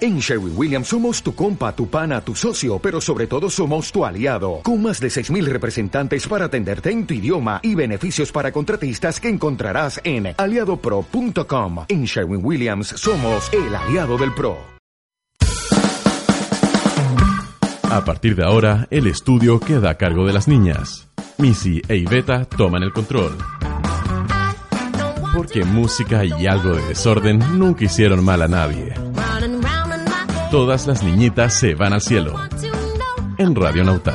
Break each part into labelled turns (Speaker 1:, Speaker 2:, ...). Speaker 1: En Sherwin Williams somos tu compa, tu pana, tu socio, pero sobre todo somos tu aliado, con más de 6.000 representantes para atenderte en tu idioma y beneficios para contratistas que encontrarás en aliadopro.com. En Sherwin Williams somos el aliado del PRO.
Speaker 2: A partir de ahora, el estudio queda a cargo de las niñas. Missy e Iveta toman el control. Porque música y algo de desorden nunca hicieron mal a nadie. Todas las niñitas se van al cielo. En Radio Nauta.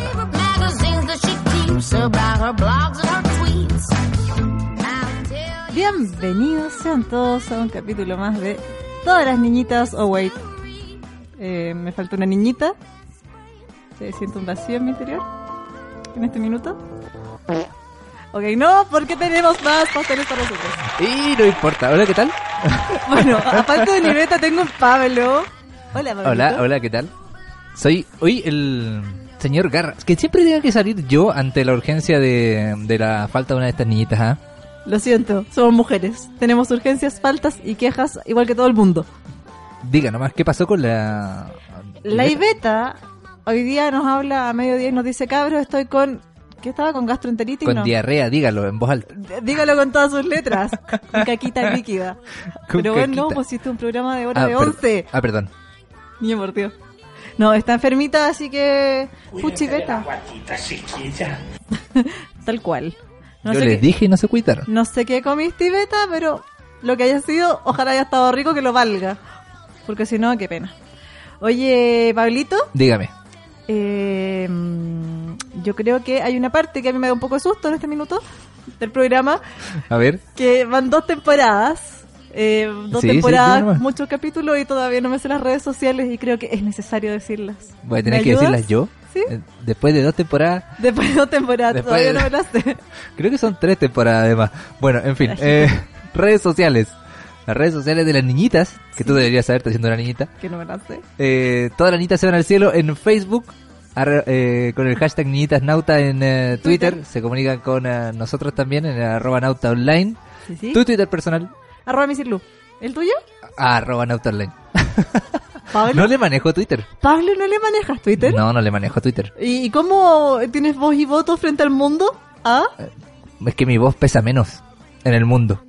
Speaker 3: Bienvenidos sean todos a un capítulo más de Todas las niñitas. Oh, wait. Eh, me falta una niñita. Se siente un vacío en mi interior. En este minuto. Ok, no, porque tenemos más pasteles para nosotros.
Speaker 4: Y no importa. Hola, ¿qué tal?
Speaker 3: Bueno, aparte de Niveta, tengo un Pablo. Hola, Pablo.
Speaker 4: Hola, hola, ¿qué tal? Soy hoy el señor Garras, que siempre tengo que salir yo ante la urgencia de, de la falta de una de estas niñitas, ¿ah?
Speaker 3: Lo siento, somos mujeres. Tenemos urgencias, faltas y quejas, igual que todo el mundo.
Speaker 4: Diga nomás, ¿qué pasó con la...
Speaker 3: La Iveta hoy día nos habla a mediodía y nos dice, cabros, estoy con... ¿Qué estaba? ¿Con gastroenteritis?
Speaker 4: Con
Speaker 3: No.
Speaker 4: diarrea, dígalo en voz alta.
Speaker 3: D- Dígalo con todas sus letras. Con caquita líquida.
Speaker 4: Con
Speaker 3: Pero bueno, no,
Speaker 4: caquita.
Speaker 3: pusiste un programa de hora de
Speaker 4: per-
Speaker 3: 11.
Speaker 4: ah, perdón.
Speaker 3: Niño, por Dios. No, está enfermita, así que... Puchiveta. Tal cual. No
Speaker 4: yo
Speaker 3: sé
Speaker 4: les
Speaker 3: qué-
Speaker 4: dije y no se cuidaron.
Speaker 3: No sé qué comiste, Iveta, pero lo que haya sido, ojalá haya estado rico que lo valga. Porque si no, qué pena. Oye, Pablito,
Speaker 4: Dígame.
Speaker 3: eh, mm, yo creo que hay una parte que a mí me da un poco de susto en este minuto del programa,
Speaker 4: A ver.
Speaker 3: que van dos temporadas. eh, dos
Speaker 4: Sí, sí, sí,
Speaker 3: temporadas,
Speaker 4: nomás.
Speaker 3: muchos capítulos y todavía no me sé las redes sociales y creo que es necesario decirlas.
Speaker 4: Voy a
Speaker 3: ¿Me
Speaker 4: tener que
Speaker 3: ayudas?
Speaker 4: decirlas yo.
Speaker 3: ¿Sí?
Speaker 4: Eh, Después de dos temporadas...
Speaker 3: Después de dos temporadas,
Speaker 4: Después
Speaker 3: todavía
Speaker 4: de-
Speaker 3: no me las sé.
Speaker 4: Creo que son tres temporadas además. Bueno, en
Speaker 3: Ah,
Speaker 4: fin. eh, redes sociales. Las redes sociales de las niñitas, que tú deberías saberte siendo una niñita.
Speaker 3: Que no me las sé.
Speaker 4: Eh, todas las niñitas se van al cielo en Facebook. arro- eh, con el hashtag niñitas nauta en eh, Twitter.
Speaker 3: Twitter.
Speaker 4: Se comunican con eh, nosotros también en arroba nauta online.
Speaker 3: Sí, sí.
Speaker 4: Tu Twitter personal,
Speaker 3: Arroba Misilú. ¿El tuyo?
Speaker 4: arroba nauta online.
Speaker 3: Pablo.
Speaker 4: No le manejo Twitter.
Speaker 3: Pablo, ¿no le manejas Twitter?
Speaker 4: No, no le manejo Twitter.
Speaker 3: ¿Y y cómo tienes voz y voto frente al mundo? ¿Ah?
Speaker 4: Eh. Es que mi voz pesa menos en el mundo.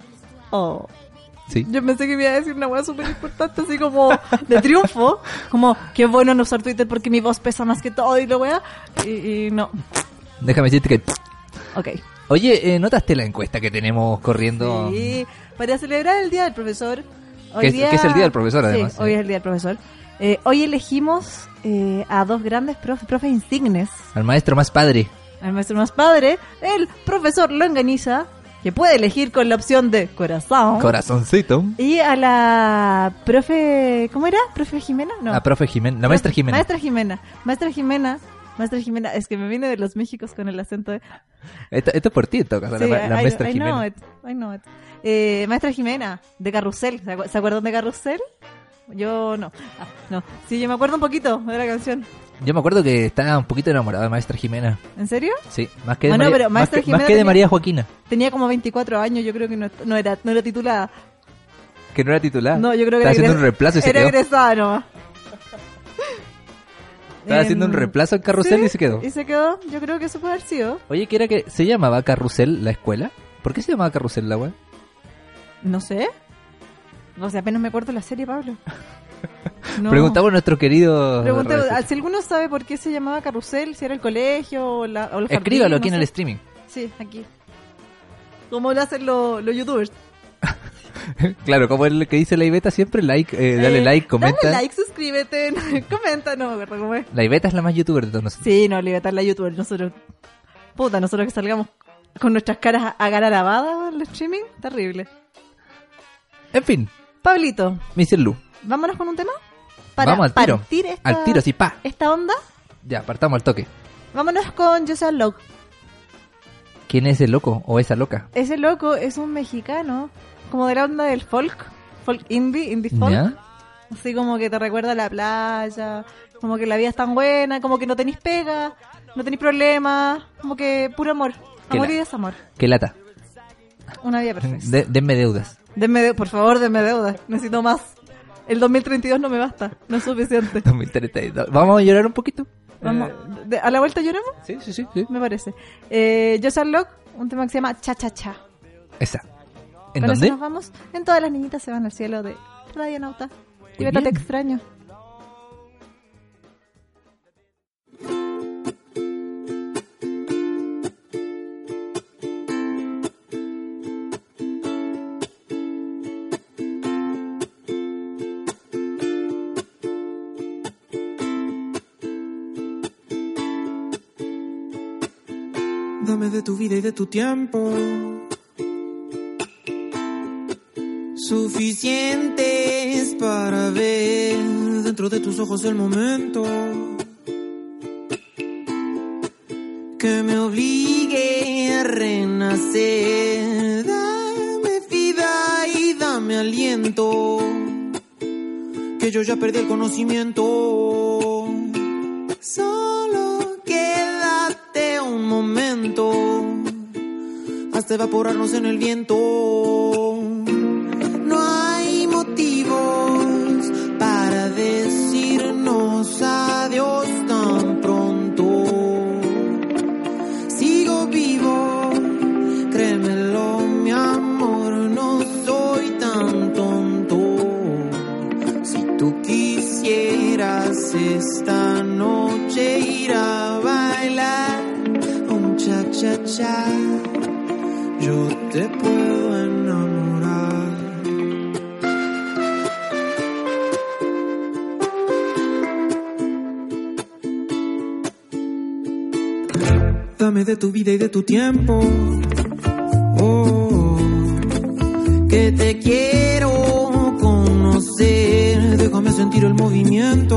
Speaker 3: Oh.
Speaker 4: Sí.
Speaker 3: Yo pensé que me iba a decir una hueá súper importante, así como de triunfo. Como, qué bueno no usar Twitter porque mi voz pesa más que todo y la hueá. Y, y no.
Speaker 4: Déjame decirte que...
Speaker 3: Ok.
Speaker 4: Oye, eh, ¿notaste la encuesta que tenemos corriendo?
Speaker 3: Sí, para celebrar el Día del Profesor.
Speaker 4: Que es- que es el Día del Profesor,
Speaker 3: Sí,
Speaker 4: además, sí.
Speaker 3: hoy es el Día del Profesor. Eh, hoy elegimos eh, a dos grandes profes, profes insignes.
Speaker 4: Al maestro más padre.
Speaker 3: al maestro más padre, el profesor Longaniza, que puede elegir con la opción de corazón.
Speaker 4: Corazoncito.
Speaker 3: y a la profe, ¿cómo era? ¿Profe Jimena? No.
Speaker 4: La profe Jimena. Ah, La maestra Jimena.
Speaker 3: Maestra Jimena. Maestra Jimena. Maestra Jimena. Es que me viene de los Méxicos con el acento de...
Speaker 4: Esto, esto es por ti, en todo caso, la,
Speaker 3: Sí,
Speaker 4: ma- la
Speaker 3: I-
Speaker 4: maestra
Speaker 3: I
Speaker 4: Jimena.
Speaker 3: know it, I know it. Eh, maestra Jimena, de Carrusel. ¿Se acu- ¿se acuerdan de Carrusel? Yo no. Ah, no. Sí, yo me acuerdo un poquito de la canción.
Speaker 4: Yo me acuerdo que estaba un poquito enamorado de maestra Jimena.
Speaker 3: ¿En serio?
Speaker 4: Sí, más que de,
Speaker 3: Bueno,
Speaker 4: María,
Speaker 3: pero
Speaker 4: más
Speaker 3: maestra
Speaker 4: que,
Speaker 3: Jimena
Speaker 4: más que de
Speaker 3: tenía-
Speaker 4: María Joaquina,
Speaker 3: Tenía como 24 años, yo creo que no, no era, no era titulada.
Speaker 4: que no era titular.
Speaker 3: No, yo creo que era
Speaker 4: Ah, estaba haciendo
Speaker 3: egres-
Speaker 4: un reemplazo y se
Speaker 3: era
Speaker 4: quedó.
Speaker 3: egresada nomás.
Speaker 4: Estaba haciendo un
Speaker 3: Em,
Speaker 4: reemplazo en Carrusel
Speaker 3: sí,
Speaker 4: y se quedó.
Speaker 3: Y se quedó, yo creo que eso puede haber sido.
Speaker 4: Oye, que era que se llamaba Carrusel la escuela? ¿Por qué se llamaba Carrusel la web?
Speaker 3: No sé. O sea, apenas me acuerdo la serie, Pablo. No.
Speaker 4: Preguntamos a nuestro querido.
Speaker 3: Preguntamos,
Speaker 4: Redes.
Speaker 3: si alguno sabe por qué se llamaba Carrusel, si era el colegio o, la, o el jardín,
Speaker 4: Escríbalo
Speaker 3: no
Speaker 4: aquí en el
Speaker 3: sé.
Speaker 4: streaming.
Speaker 3: Sí, aquí. Como lo hacen lo- los youtubers.
Speaker 4: claro, como el que dice la Iveta siempre, like, eh, dale
Speaker 3: Eh,
Speaker 4: like, comenta.
Speaker 3: Dale like, suscríbete, comenta, no me acuerdo cómo es.
Speaker 4: La Iveta es la más youtuber de todos nosotros.
Speaker 3: Sí, no, libertar la youtuber. Nosotros, puta, nosotros que salgamos con nuestras caras a- a cara lavada al streaming, terrible.
Speaker 4: En fin,
Speaker 3: Pablito,
Speaker 4: Mr. Lu.
Speaker 3: vámonos con un tema para
Speaker 4: Vamos al tiro.
Speaker 3: partir esta,
Speaker 4: Al tiro, sí, pa.
Speaker 3: esta onda.
Speaker 4: Ya, partamos al toque.
Speaker 3: Vámonos con Joseph Locke.
Speaker 4: ¿Quién es el loco o esa loca?
Speaker 3: Ese loco es un mexicano, como de la onda del folk, folk indie, indie folk.
Speaker 4: ¿Ya?
Speaker 3: Así como que te recuerda a la playa, como que la vida es tan buena, como que no tenéis pega, no tenéis problemas, como que puro amor.
Speaker 4: Que
Speaker 3: Amor
Speaker 4: la-
Speaker 3: y desamor.
Speaker 4: ¿Qué lata?
Speaker 3: Una vida perfecta.
Speaker 4: De- denme deudas.
Speaker 3: Denme de- por favor, denme deuda. Necesito más. El 2032 no me basta, no es
Speaker 4: Eh,
Speaker 3: suficiente.
Speaker 4: 2032. Vamos a llorar un poquito. Eh,
Speaker 3: Vamos, de- ¿A la vuelta lloramos?
Speaker 4: Sí, sí, sí. sí.
Speaker 3: Me parece. Eh, Joseph Locke, un tema que se llama Cha Cha Cha.
Speaker 4: Esa. ¿En
Speaker 3: Con eso
Speaker 4: dónde?
Speaker 3: nos vamos. En todas las niñitas se van al cielo de Radionauta. Y
Speaker 4: Muy
Speaker 3: beta te
Speaker 4: bien.
Speaker 3: extraño.
Speaker 5: Dame de tu vida y de tu tiempo. Suficientes para ver dentro de tus ojos el momento. Que me obligue a renacer. Dame vida y dame aliento. Que yo ya perdí el conocimiento. Solo quédate un momento hasta evaporarnos en el viento. No hay motivos para decirnos adiós tan pronto. Sigo vivo, créemelo, mi amor, no soy tan tonto. Si tú quisieras esta noche ir a bailar un cha cha cha, yo te puedo enamorar. Dame de tu vida y de tu tiempo. Oh, que te quiero conocer. Déjame sentir el movimiento.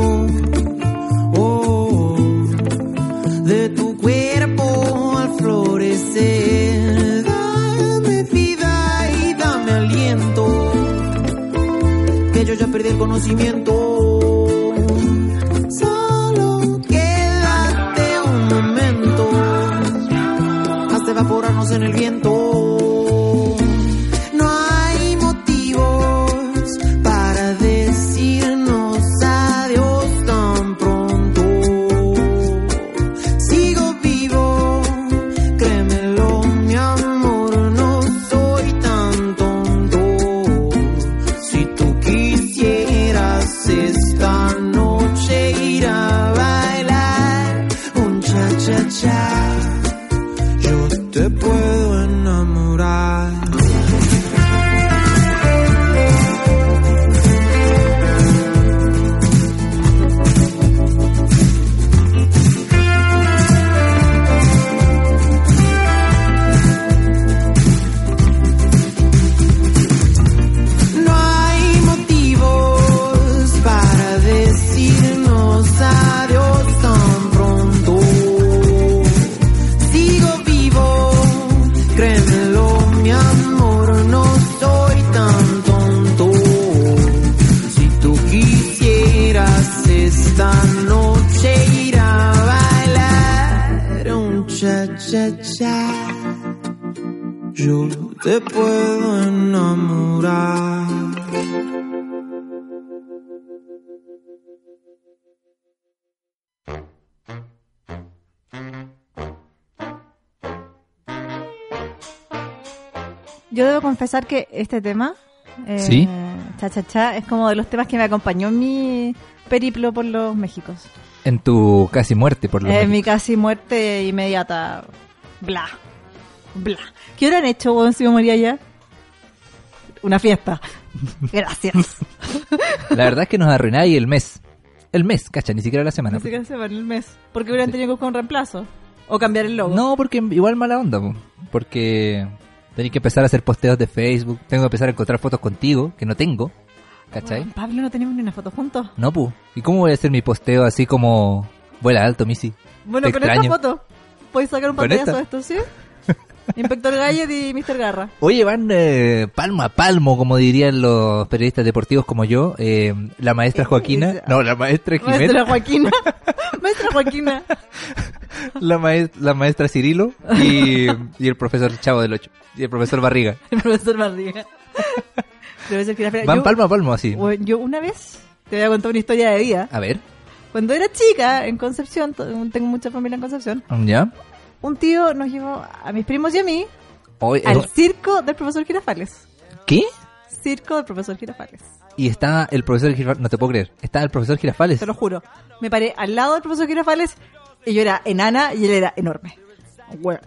Speaker 5: Oh, de tu cuerpo al florecer. Dame vida y dame aliento. Que yo ya perdí el conocimiento. Solo quédate un momento hasta evaporarnos en el viento. No hay motivos para decirnos adiós tan pronto. Sigo vivo, créemelo, mi amor, no soy tan tonto. Si tú quisieras esta noche ir a bailar un cha-cha-cha yo te puedo enamorar. No hay motivos para decirnos adiós tan pronto. Sigo vivo, créemelo, mi amor, no soy tan tonto. Si tú quisieras esta noche ir a bailar un cha-cha-cha, yo te puedo enamorar.
Speaker 3: Yo debo confesar que este tema, eh,
Speaker 4: Sí.
Speaker 3: Cha Cha Cha, es como de los temas que me acompañó en mi periplo por los Méxicos.
Speaker 4: En tu casi muerte, por lo
Speaker 3: Eh,
Speaker 4: menos.
Speaker 3: mi casi muerte inmediata. Bla. Bla. ¿Qué hubieran hecho, weón, si me moría allá? Una fiesta. Gracias.
Speaker 4: La verdad es que nos arruináis el mes. El mes, cacha, ni siquiera la semana.
Speaker 3: Así que se van el mes. Porque hubieran tenido que buscar un reemplazo. O cambiar el logo.
Speaker 4: No, porque igual mala onda, po. porque tenéis que empezar a hacer posteos de Facebook, tengo que empezar a encontrar fotos contigo, que no tengo, ¿cachai?
Speaker 3: Weón, Pablo, no tenemos ni una foto juntos.
Speaker 4: No, pu. ¿Y cómo voy a hacer mi posteo así como vuela alto, Missy?
Speaker 3: Bueno,
Speaker 4: Te
Speaker 3: con
Speaker 4: extraño.
Speaker 3: esta foto. Podéis sacar un
Speaker 4: ¿Con
Speaker 3: pantallazo
Speaker 4: esta?
Speaker 3: de esto, ¿sí? Inspector Gallet y Mr. Garra.
Speaker 4: Oye, van eh, palmo a palmo, como dirían los periodistas deportivos como yo. eh, la maestra Joaquina. No, la maestra Jimena.
Speaker 3: Maestra Joaquina. Maestra Joaquina.
Speaker 4: La, maes- la maestra Cirilo. Y, y el profesor Chavo del Ocho. Y el profesor Barriga.
Speaker 3: El profesor Barriga. Debe ser Firafera.
Speaker 4: Van
Speaker 3: Yo-
Speaker 4: palmo a palmo así.
Speaker 3: Bueno, yo una vez te voy a contar una historia de vida.
Speaker 4: A ver,
Speaker 3: Cuando era chica en Concepción, to- tengo mucha familia en Concepción,
Speaker 4: ¿ya?
Speaker 3: un tío nos llevó a mis primos y a mí
Speaker 4: Hoy-
Speaker 3: al circo del profesor Girafales.
Speaker 4: ¿Qué?
Speaker 3: Circo del profesor Girafales.
Speaker 4: Y está el profesor Girafales, no te puedo creer, está el profesor Girafales.
Speaker 3: Te lo juro. Me paré al lado del profesor Girafales y yo era enana y él era enorme. Bueno,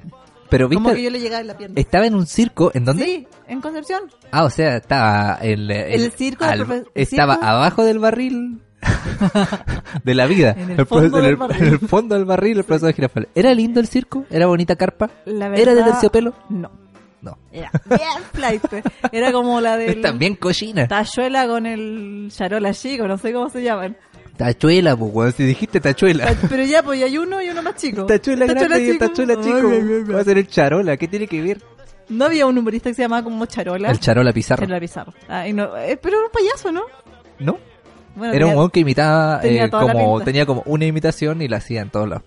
Speaker 4: Pero
Speaker 3: como
Speaker 4: viste,
Speaker 3: que yo le llegaba en la pierna.
Speaker 4: estaba en un circo, ¿en dónde?
Speaker 3: Sí, en Concepción.
Speaker 4: Ah, o sea, estaba el...
Speaker 3: El circo del profe- el
Speaker 4: Estaba
Speaker 3: circo-
Speaker 4: abajo del barril de la vida.
Speaker 3: En el
Speaker 4: profe-
Speaker 3: fondo
Speaker 4: en
Speaker 3: del
Speaker 4: el-
Speaker 3: barril.
Speaker 4: en el fondo del barril el profesor Girafales. ¿Era lindo el circo? ¿Era bonita carpa?
Speaker 3: La
Speaker 4: ¿Era de
Speaker 3: verdad,
Speaker 4: terciopelo?
Speaker 3: No.
Speaker 4: No.
Speaker 3: Era bien flight. Era como la del...
Speaker 4: También cochina.
Speaker 3: Tayuela con el charola chico, no sé cómo se llaman.
Speaker 4: Tachuela, pues, weón, si dijiste tachuela.
Speaker 3: Pero ya, pues ya hay uno y uno más chico.
Speaker 4: Tachuela grande y el tachuela chico. Va a
Speaker 3: chico.
Speaker 4: ser el charola, ¿qué tiene que ver?
Speaker 3: No había un humorista que se llamaba como Charola.
Speaker 4: El charola pizarro.
Speaker 3: Charola Pizarro. Ah, y no- eh, pero era un payaso, ¿no?
Speaker 4: ¿No?
Speaker 3: Bueno,
Speaker 4: Era un
Speaker 3: tenía-
Speaker 4: weón que imitaba
Speaker 3: tenía
Speaker 4: eh,
Speaker 3: toda la
Speaker 4: como
Speaker 3: pinta.
Speaker 4: tenía como una imitación y la hacía en todos lados.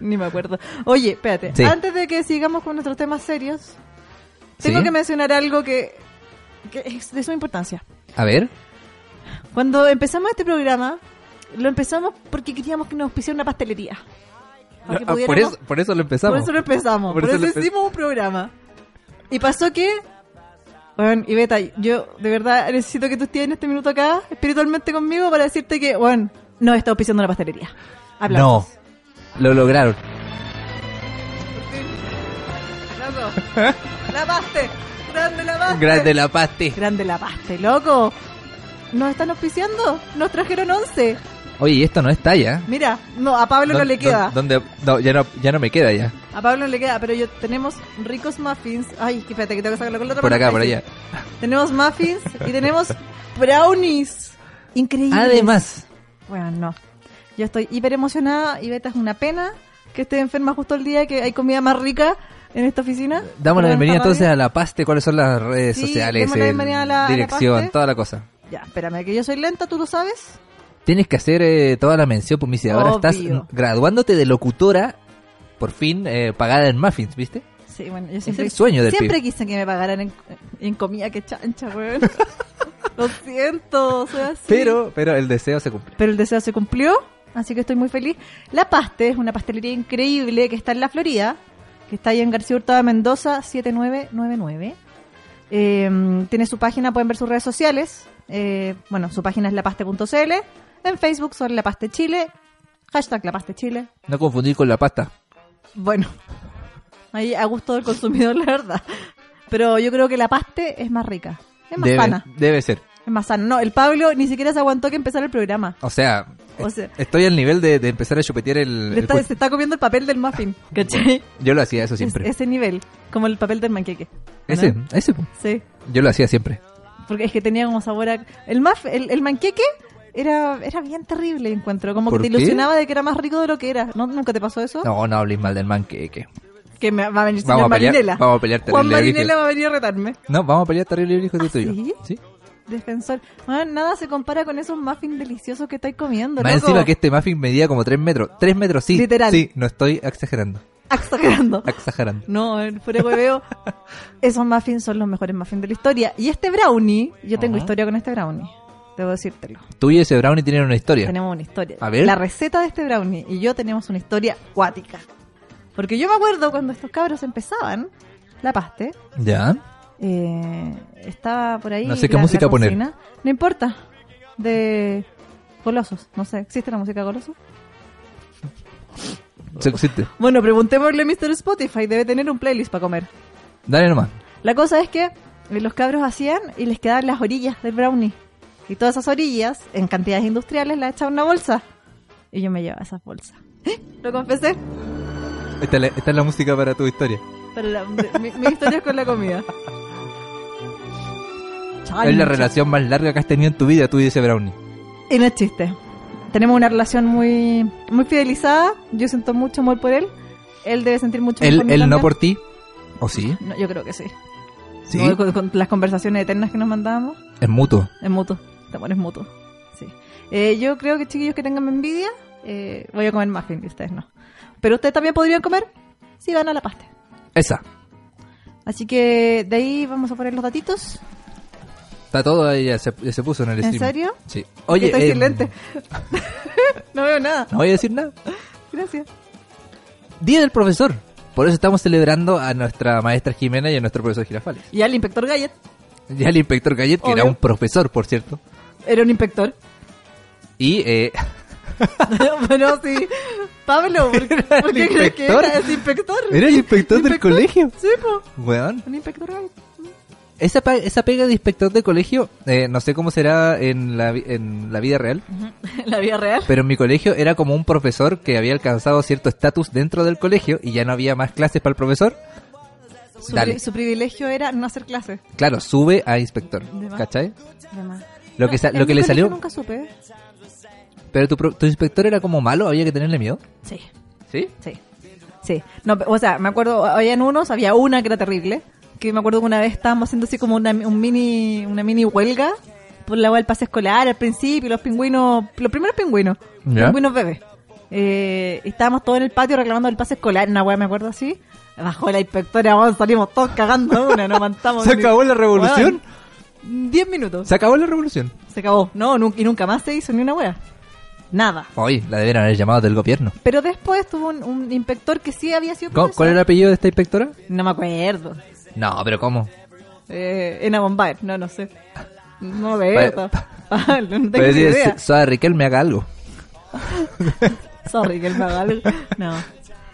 Speaker 3: Ni me acuerdo. Oye, espérate.
Speaker 4: Sí.
Speaker 3: Antes de que sigamos con nuestros temas serios, tengo
Speaker 4: ¿Sí?
Speaker 3: que mencionar algo que, que es de suma importancia.
Speaker 4: A ver,
Speaker 3: Cuando empezamos este programa, lo empezamos porque queríamos que nos auspiciara una pastelería. Para que
Speaker 4: Ah, por
Speaker 3: pudiéramos-
Speaker 4: eso por eso lo empezamos.
Speaker 3: Por eso lo empezamos.
Speaker 4: Por
Speaker 3: Por,
Speaker 4: eso
Speaker 3: eso,
Speaker 4: lo empe-
Speaker 3: hicimos un programa. Y pasó que. Bueno, y Beta, yo de verdad necesito que tú estés en este minuto acá, espiritualmente conmigo, para decirte que, bueno, no está auspiciando una pastelería.
Speaker 4: no.
Speaker 3: Hablamos.
Speaker 4: Lo lograron.
Speaker 3: La paste. Grande la paste.
Speaker 4: Grande la paste.
Speaker 3: Grande la paste, loco. Nos están auspiciando. Nos trajeron 11.
Speaker 4: Oye, y esto no es talla.
Speaker 3: Mira, no, a Pablo no
Speaker 4: ¿Dó-
Speaker 3: le queda.
Speaker 4: dó- ¿Dónde? No, ya no, ya no me queda ya.
Speaker 3: A Pablo no le queda, pero yo tenemos ricos muffins. Ay, que espérate, que tengo que sacarlo con la otra
Speaker 4: Por
Speaker 3: mano.
Speaker 4: acá, por
Speaker 3: Ahí sí.
Speaker 4: allá.
Speaker 3: Tenemos muffins y tenemos brownies. Increíble.
Speaker 4: Además,
Speaker 3: Bueno, no. Yo estoy hiper emocionada y Beta es una pena que esté enferma justo el día que hay comida más rica en esta oficina.
Speaker 4: damos
Speaker 3: Pero
Speaker 4: la bienvenida
Speaker 3: está más
Speaker 4: entonces a La Paste. ¿Cuáles son las redes
Speaker 3: Sí,
Speaker 4: sociales?
Speaker 3: demos la
Speaker 4: el-
Speaker 3: bienvenida a la- ¿eh? a La
Speaker 4: dirección,
Speaker 3: Paste.
Speaker 4: toda la cosa.
Speaker 3: bien. Ya, espérame, que yo soy lenta, tú lo sabes.
Speaker 4: Tienes que hacer eh, toda la mención publicidad. Ahora estás
Speaker 3: Obvio.
Speaker 4: graduándote de locutora, por fin eh, pagada en muffins, ¿viste?
Speaker 3: Sí, bueno, yo siempre.
Speaker 4: el sueño del
Speaker 3: Siempre
Speaker 4: pibe.
Speaker 3: quise que me pagaran en, en comida que chancha, weón. lo siento, soy así.
Speaker 4: Pero, pero el deseo se cumplió.
Speaker 3: pero el deseo se cumplió, así que estoy muy feliz. La Paste es una pastelería increíble que está en la Florida, que está ahí en García Hurtado de Mendoza, 7999. Eh, tiene su página, pueden ver sus redes sociales. Eh, bueno, su página es lapaste.cl. En Facebook son La Paste Chile, hashtag La Paste Chile.
Speaker 4: No confundir con la pasta.
Speaker 3: Bueno, ahí a gusto del consumidor, la verdad. Pero yo creo que La Paste es más rica, es más
Speaker 4: Debe,
Speaker 3: sana.
Speaker 4: debe ser.
Speaker 3: Es más sana. No, el Pablo ni siquiera se aguantó que empezara el programa.
Speaker 4: O sea,
Speaker 3: O
Speaker 4: es-
Speaker 3: sea-
Speaker 4: estoy al nivel de, de empezar a chupetear el.
Speaker 3: Le
Speaker 4: el
Speaker 3: está-
Speaker 4: cuy-
Speaker 3: se está comiendo el papel del muffin, ¿cachai?
Speaker 4: Yo lo hacía eso
Speaker 3: Es-
Speaker 4: siempre.
Speaker 3: ese nivel, como el papel del manqueque. ¿o
Speaker 4: ese,
Speaker 3: ¿Ah, no?
Speaker 4: ese. po.
Speaker 3: Sí,
Speaker 4: Yo lo hacía siempre.
Speaker 3: porque es que tenía como sabor a... El, muff, el, el manqueque era, era bien terrible, encuentro. Como que
Speaker 4: ¿Por
Speaker 3: te
Speaker 4: qué?
Speaker 3: ilusionaba de que era más rico de lo que era. ¿No, ¿Nunca te pasó eso?
Speaker 4: No, no habléis mal del manqueque.
Speaker 3: Que me va a venir
Speaker 4: Vamos
Speaker 3: señor
Speaker 4: a pelear-
Speaker 3: Marinela.
Speaker 4: vamos a pelear
Speaker 3: Juan
Speaker 4: terrible,
Speaker 3: Marinela
Speaker 4: brígido.
Speaker 3: va a venir a retarme.
Speaker 4: No, vamos a pelear terrible hijo de
Speaker 3: ¿Ah,
Speaker 4: tuyo.
Speaker 3: sí? Defensor. Bueno, nada se compara con esos muffins deliciosos que estáis comiendo,
Speaker 4: Más
Speaker 3: loco.
Speaker 4: encima que este muffin medía como 3 metros. 3 metros, sí.
Speaker 3: Literal.
Speaker 4: Sí, no estoy exagerando.
Speaker 3: Exagerando.
Speaker 4: Exagerando.
Speaker 3: No, en fuera de hueveo. Esos muffins son los mejores muffins de la historia. Y este brownie, yo tengo
Speaker 4: Ajá.
Speaker 3: historia con este brownie. Debo decírtelo.
Speaker 4: Tú y ese brownie tienen una historia.
Speaker 3: Tenemos una historia.
Speaker 4: A ver.
Speaker 3: La receta de este brownie y yo tenemos una historia cuática. Porque yo me acuerdo cuando estos cabros empezaban, la paste,
Speaker 4: Ya.
Speaker 3: eh, estaba por ahí.
Speaker 4: No sé qué
Speaker 3: la-
Speaker 4: música
Speaker 3: la
Speaker 4: poner.
Speaker 3: cocina. No importa. De golosos. No sé, ¿existe la música golosos?
Speaker 4: Se existe.
Speaker 3: Bueno, preguntémosle a Mr. Spotify. Debe tener un playlist para comer.
Speaker 4: Dale nomás.
Speaker 3: La cosa es que eh, los cabros hacían y les quedaban las orillas del brownie. Y todas esas orillas, en cantidades industriales, las echaban en una bolsa. Y yo me llevaba esas bolsas. Lo confesé,
Speaker 4: Esta es, la, esta es la música para tu historia.
Speaker 3: pero la- de- mi, mi historia es con la comida.
Speaker 4: Es la
Speaker 3: Chancho.
Speaker 4: relación más larga que has tenido en tu vida, tú y ese brownie.
Speaker 3: Y no es chiste. Tenemos una relación muy, muy fidelizada. Yo siento mucho amor por él. Él debe sentir mucho
Speaker 4: Él,
Speaker 3: amor
Speaker 4: él no por ti. ¿O sí?
Speaker 3: No, yo creo que sí.
Speaker 4: Sí.
Speaker 3: No, con- con las conversaciones eternas que nos mandábamos.
Speaker 4: Es mutuo.
Speaker 3: Es mutuo. Te pones mutuo. Sí. Eh, yo creo que chiquillos que tengan envidia, eh, voy a comer muffin y ustedes no. Pero ustedes también podrían comer si van a la pasta.
Speaker 4: Esa.
Speaker 3: Así que de ahí vamos a poner los datitos.
Speaker 4: Está todo ahí, ya se, ya se puso en el
Speaker 3: ¿En
Speaker 4: stream.
Speaker 3: serio?
Speaker 4: Sí. Oye,
Speaker 3: Estoy
Speaker 4: eh,
Speaker 3: silente. no veo nada.
Speaker 4: no voy a decir nada.
Speaker 3: Gracias.
Speaker 4: Día del profesor. Por eso estamos celebrando a nuestra maestra Jimena y a nuestro profesor Girafales.
Speaker 3: Y al inspector Gallet.
Speaker 4: Y al inspector Gallet, que era
Speaker 3: Obvio.
Speaker 4: un profesor, por cierto.
Speaker 3: Era un inspector.
Speaker 4: Y eh,
Speaker 3: bueno, sí. Pablo, ¿por,
Speaker 4: Era
Speaker 3: por
Speaker 4: el
Speaker 3: qué crees que
Speaker 4: inspector.
Speaker 3: era ese inspector?
Speaker 4: Era el inspector del colegio.
Speaker 3: Sí, po.
Speaker 4: weón,
Speaker 3: Un inspector Gallet.
Speaker 4: esa, pa- esa pega de inspector de colegio, eh, no sé cómo será en la, vi- en la vida real,
Speaker 3: La vida real.
Speaker 4: pero en mi colegio era como un profesor que había alcanzado cierto estatus dentro del colegio y ya no había más clases para el profesor.
Speaker 3: Su,
Speaker 4: Dale.
Speaker 3: pri- su privilegio era no hacer clases.
Speaker 4: Claro, sube a inspector,
Speaker 3: De más.
Speaker 4: ¿cachai?
Speaker 3: Además.
Speaker 4: Lo que, sa-
Speaker 3: En
Speaker 4: lo que
Speaker 3: mi
Speaker 4: le
Speaker 3: colegio
Speaker 4: salió...
Speaker 3: nunca supe.
Speaker 4: Pero tu, pro- tu inspector era como malo, había que tenerle miedo.
Speaker 3: Sí,
Speaker 4: ¿Sí?
Speaker 3: sí. Sí. No, pe- o sea, me acuerdo, habían unos, había una que era terrible. Que me acuerdo que una vez estábamos haciendo así como una, un mini, una mini huelga por la hueá del pase escolar al principio, los pingüinos, los primeros pingüinos,
Speaker 4: Ya.
Speaker 3: pingüinos bebés. Eh, y estábamos todos en el patio reclamando el pase escolar, una hueá, me acuerdo así. Bajó la inspectora, weón, salimos todos cagando de una, no aguantamos. ni-
Speaker 4: la
Speaker 3: Weón, Diez minutos.
Speaker 4: Se acabó la revolución.
Speaker 3: Se acabó. No, nun- y nunca más se hizo ni una hueá. Nada.
Speaker 4: Hoy la debieron haber llamado del gobierno.
Speaker 3: Pero después tuvo un, un inspector que sí había sido
Speaker 4: ¿Cómo-
Speaker 3: profesor.
Speaker 4: ¿Cuál era el apellido de esta inspectora?
Speaker 3: No me acuerdo.
Speaker 4: No, pero ¿cómo?
Speaker 3: Eh, Ena Bombay. No, no sé. No veo.
Speaker 4: Pa-
Speaker 3: pa- pa- no tengo
Speaker 4: Pero
Speaker 3: ni
Speaker 4: si
Speaker 3: idea.
Speaker 4: Soda Riquel me haga algo.
Speaker 3: Sorry que el vagal. No.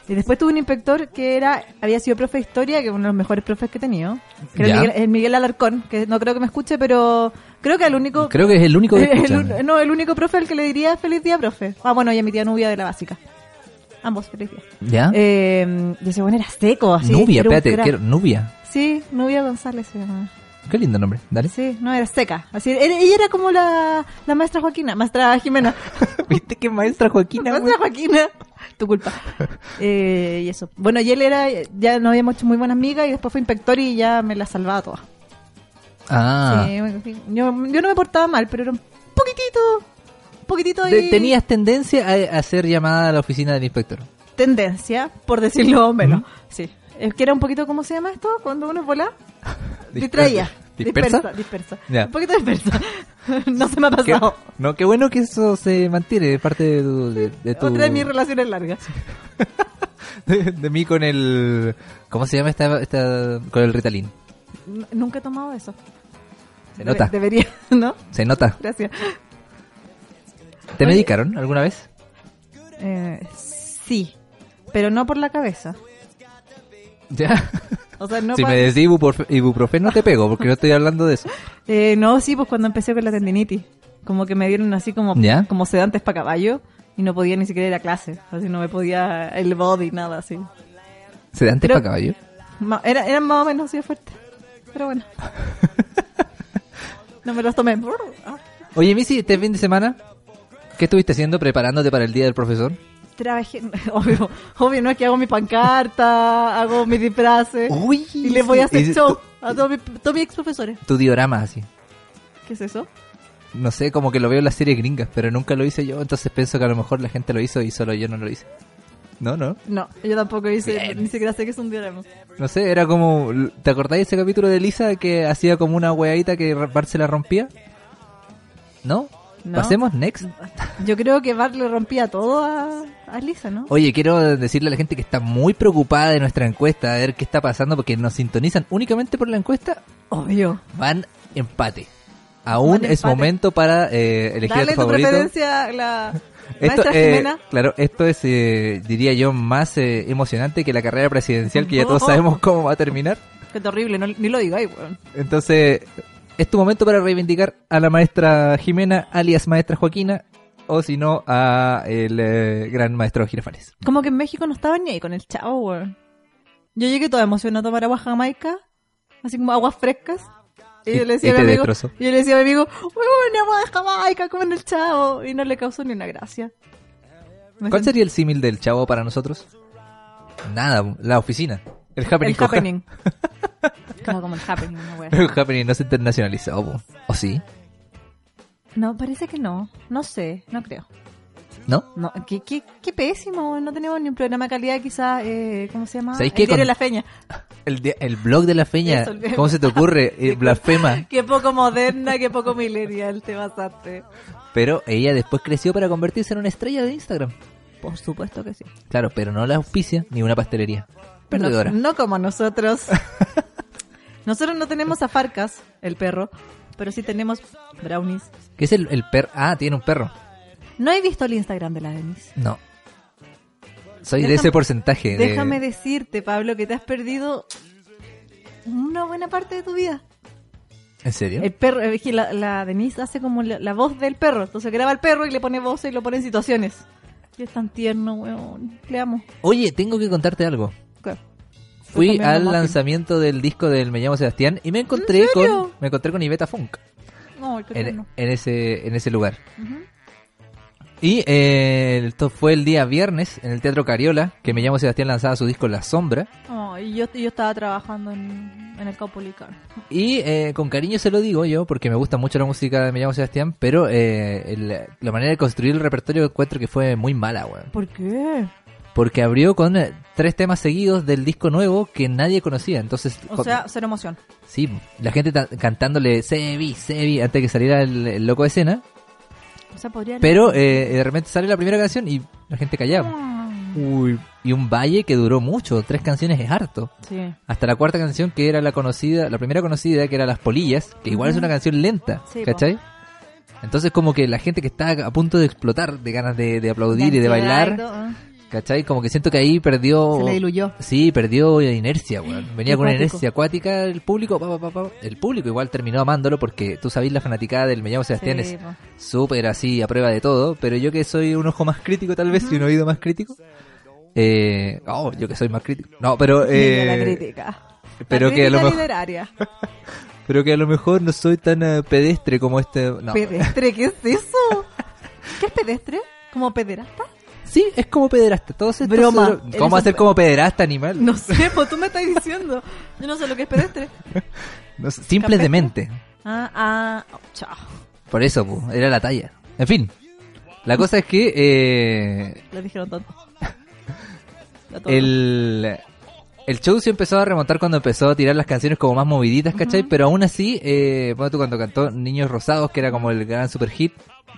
Speaker 3: Y después tuve un inspector que era había sido profe de historia, que uno de los mejores profes que he tenido. Que era
Speaker 4: Ya.
Speaker 3: el Miguel, el Miguel Alarcón, que no creo que me escuche, pero creo que el único...
Speaker 4: Creo que es el único que
Speaker 3: el- el
Speaker 4: escucha.
Speaker 3: un- no, el único profe al que le diría feliz día, profe. Ah, bueno, y a mi tía Nubia de la básica. Ambos, feliz día.
Speaker 4: ¿Ya?
Speaker 3: Eh, y ese bueno era seco, así.
Speaker 4: ¿Ah? Nubia,
Speaker 3: era un
Speaker 4: espérate,
Speaker 3: crack.
Speaker 4: ah, quiero- Nubia.
Speaker 3: Sí, Nubia González se llamaba.
Speaker 4: Qué lindo nombre, dale.
Speaker 3: Sí, no, era seca. Así, era- ella era como la, la maestra Joaquina, maestra Jimena.
Speaker 4: ¿Viste qué maestra Joaquina?
Speaker 3: maestra Joaquina, tu culpa. Eh, y eso. Bueno, y él era, ya nos habíamos hecho muy buenas amigas y después fue inspector y ya me la salvaba toda.
Speaker 4: Ah.
Speaker 3: Sí, en fin, yo, yo no me portaba mal, pero era un poquitito, un poquitito
Speaker 4: Te-
Speaker 3: de
Speaker 4: Tenías tendencia a, a ser llamada a la oficina del inspector.
Speaker 3: tendencia, por decirlo menos. Sí. Es que era un poquito, ¿cómo se llama esto? Cuando uno es volá. Distraía.
Speaker 4: ¿Dispersa?
Speaker 3: Dispersa, dispersa.
Speaker 4: Ya.
Speaker 3: Un poquito dispersa. no se me ha
Speaker 4: Qué-
Speaker 3: pasado.
Speaker 4: no, qué bueno que eso se mantiene de parte de tu... De, de tu-
Speaker 3: Otra de mis relaciones largas.
Speaker 4: de, de mí con el... ¿Cómo se llama esta, esta- Con el Ritalin.
Speaker 3: N- Nunca he tomado eso.
Speaker 4: Se nota.
Speaker 3: Debe- debería, ¿no?
Speaker 4: Se nota.
Speaker 3: Gracias.
Speaker 4: ¿Te
Speaker 3: Oye.
Speaker 4: medicaron alguna vez?
Speaker 3: Eh, sí, pero no por la cabeza.
Speaker 4: Ya.
Speaker 3: O sea, no
Speaker 4: si
Speaker 3: pa-
Speaker 4: me decís ibuprofe- ibuprofeno te pego porque no estoy hablando de eso.
Speaker 3: Eh, no, sí, pues cuando empecé con la tendinitis. Como que me dieron así como,
Speaker 4: ¿Ya?
Speaker 3: como sedantes para caballo y no podía ni siquiera ir a clase. Así no me podía el body, nada así.
Speaker 4: ¿Se dan
Speaker 3: Pero-
Speaker 4: para caballo?
Speaker 3: Ma- era, eran más o menos así de fuerte. Pero bueno. no me los tomé. Ah.
Speaker 4: Oye, Missy, este fin de semana, ¿qué estuviste haciendo preparándote para el día del profesor?
Speaker 3: Trabajé, obvio, obvio, no es que hago mi pancarta, hago mis disfraces
Speaker 4: Uy,
Speaker 3: y les voy a hacer
Speaker 4: es-
Speaker 3: show a todos mis, todos mis ex profesores.
Speaker 4: Tu diorama, así.
Speaker 3: ¿Qué es eso?
Speaker 4: No sé, como que lo veo en las series gringas, pero nunca lo hice yo, entonces pienso que a lo mejor la gente lo hizo y solo yo no lo hice. No, no.
Speaker 3: No, yo tampoco hice,
Speaker 4: Bien.
Speaker 3: ni siquiera sé que es un diorama.
Speaker 4: No sé, era como... ¿Te acordáis de ese capítulo de Lisa que hacía como una hueadita que Bart se la rompía? ¿No?
Speaker 3: No.
Speaker 4: ¿Pasemos next?
Speaker 3: Yo creo que Bart le rompía todo a, a Lisa, ¿no?
Speaker 4: Oye, quiero decirle a la gente que está muy preocupada de nuestra encuesta, a ver qué está pasando, porque nos sintonizan únicamente por la encuesta,
Speaker 3: Obvio.
Speaker 4: van empate. Aún
Speaker 3: Van
Speaker 4: es
Speaker 3: empate.
Speaker 4: momento para eh, elegir
Speaker 3: Dale
Speaker 4: a
Speaker 3: tu,
Speaker 4: tu favorito.
Speaker 3: preferencia a la
Speaker 4: Esto,
Speaker 3: maestra
Speaker 4: eh,
Speaker 3: Jimena.
Speaker 4: claro, esto es, eh, diría yo, más eh, emocionante que la carrera presidencial, que ya todos
Speaker 3: No.
Speaker 4: sabemos cómo va a terminar.
Speaker 3: Qué terrible, no- ni lo digo ahí, weón.
Speaker 4: Entonces, es tu momento para reivindicar a la maestra Jimena, alias maestra Joaquina, o si no, a el eh, gran maestro Girafales.
Speaker 3: Como que en México no estaban ni ahí con el chavo, weón. Yo llegué toda emocionada a tomar agua jamaica, así como aguas frescas. Y,
Speaker 4: Y-
Speaker 3: yo le decía
Speaker 4: y
Speaker 3: a mi
Speaker 4: te
Speaker 3: amigo,
Speaker 4: destrozó.
Speaker 3: y yo le decía a mi amigo, weón, agua de jamaica, como en el chavo. Y no le causó ni una gracia. Me
Speaker 4: ¿Cuál
Speaker 3: sentí-
Speaker 4: sería el símil del chavo para nosotros? Nada, la oficina. El happening.
Speaker 3: El happening. Claro, como el happening, una wea.
Speaker 4: El happening no se internacionalizó, po. ¿o sí?
Speaker 3: No, parece que no. No sé, no creo.
Speaker 4: ¿No?
Speaker 3: No, qué, qué, qué pésimo, no tenemos ni un programa de calidad quizás, eh, ¿cómo se llama?
Speaker 4: ¿Sabéis
Speaker 3: El
Speaker 4: qué?
Speaker 3: diario
Speaker 4: Con-
Speaker 3: La Feña.
Speaker 4: El, de- el blog de la feña,
Speaker 3: Eso, el-
Speaker 4: ¿cómo se te ocurre? Eh, blasfema.
Speaker 3: Qué poco moderna, qué poco millennial te basaste.
Speaker 4: Pero ella después creció para convertirse en una estrella de Instagram.
Speaker 3: Por supuesto que sí.
Speaker 4: Claro, pero no la auspicia ni una pastelería. Perdedora.
Speaker 3: No, no como nosotros. nosotros no tenemos a Farcas, el perro, pero sí tenemos brownies.
Speaker 4: ¿Qué es el, el perro? Ah, tiene un perro.
Speaker 3: No he visto el Instagram de la Denise.
Speaker 4: No. Soy de
Speaker 3: Déjame-
Speaker 4: ese porcentaje. de-
Speaker 3: Déjame decirte, Pablo, que te has perdido una buena parte de tu vida.
Speaker 4: ¿En serio?
Speaker 3: El perro, es que la, la Denise hace como la, la voz del perro. Entonces graba al perro y le pone voz y lo pone en situaciones. Y es tan tierno, weón. Le amo.
Speaker 4: Oye, tengo que contarte algo. Fui al lanzamiento del disco del Me llamo Sebastián y me encontré con
Speaker 3: serio?
Speaker 4: me encontré con Iveta Funk
Speaker 3: No, qué
Speaker 4: en,
Speaker 3: tierno.
Speaker 4: en ese en ese lugar.
Speaker 3: Ujú.
Speaker 4: Y eh, esto fue el día viernes en el Teatro Cariola que Me llamo Sebastián lanzaba su disco La Sombra
Speaker 3: Oh, y yo, y yo estaba trabajando en, en el Caupolicán.
Speaker 4: y eh, con cariño se lo digo yo porque me gusta mucho la música de Me llamo Sebastián, pero eh, el- la manera de construir el repertorio encuentro que fue muy mala, weón.
Speaker 3: ¿Por qué?
Speaker 4: Porque abrió con eh, tres temas seguidos del disco nuevo que nadie conocía, entonces
Speaker 3: O
Speaker 4: con-
Speaker 3: sea, cero emoción.
Speaker 4: Sí, la gente ta- cantándole Sebi, Sebi antes de que saliera el, el loco de escena.
Speaker 3: O sea, podría...
Speaker 4: Pero eh, de repente sale la primera canción y la gente callaba.
Speaker 3: Mm,
Speaker 4: Uy. Y un valle que duró mucho, tres canciones es harto.
Speaker 3: Sí,
Speaker 4: Hasta la cuarta canción que era la conocida, la primera conocida que era Las Polillas, que igual es una canción lenta,
Speaker 3: Sí, po.
Speaker 4: ¿cachai? Entonces como que la gente que está a punto de explotar de ganas de, de aplaudir y de bailar,
Speaker 3: Ah,
Speaker 4: ¿cachai? Como que siento que ahí perdió...
Speaker 3: Se le diluyó.
Speaker 4: Sí, perdió inercia, weón. Venía
Speaker 3: Qué
Speaker 4: con una
Speaker 3: cuático.
Speaker 4: inercia acuática el público. pa, pa, pa, pa. El público igual terminó amándolo porque tú sabés la fanaticada del Me llamo Sebastián
Speaker 3: Sí, pues.
Speaker 4: es
Speaker 3: po.
Speaker 4: súper así, a prueba de todo. Pero yo que soy un ojo más crítico tal vez y un oído más crítico. Eh, oh, yo que soy más crítico. No, pero...
Speaker 3: venga
Speaker 4: eh,
Speaker 3: la crítica.
Speaker 4: pero
Speaker 3: La
Speaker 4: que a lo
Speaker 3: crítica
Speaker 4: mejor-
Speaker 3: literaria.
Speaker 4: pero que a lo mejor no soy tan eh, pedestre como este... No.
Speaker 3: ¿Pedestre? ¿Qué es eso? ¿Qué es pedestre? ¿Como pederasta?
Speaker 4: Sí, es como pederasta. Todos estos-
Speaker 3: Broma. Eres
Speaker 4: ¿Cómo
Speaker 3: un
Speaker 4: hacer
Speaker 3: pe-
Speaker 4: como pederasta, animal?
Speaker 3: No sé, pues tú me estás diciendo. Yo no sé lo que es pedestre.
Speaker 4: No sé, simples de
Speaker 3: ¿Capestre?
Speaker 4: mente.
Speaker 3: Ah, ah, oh, chao.
Speaker 4: Por eso, pu, era la talla. En fin, la cosa es que eh,
Speaker 3: Lo dijeron tonto. La tonta.
Speaker 4: el, el show se empezó a remontar cuando empezó a tirar las canciones como más moviditas, ¿cachai? Pero aún así, eh, ponte tú cuando cantó Niños Rosados, que era como el gran super hit,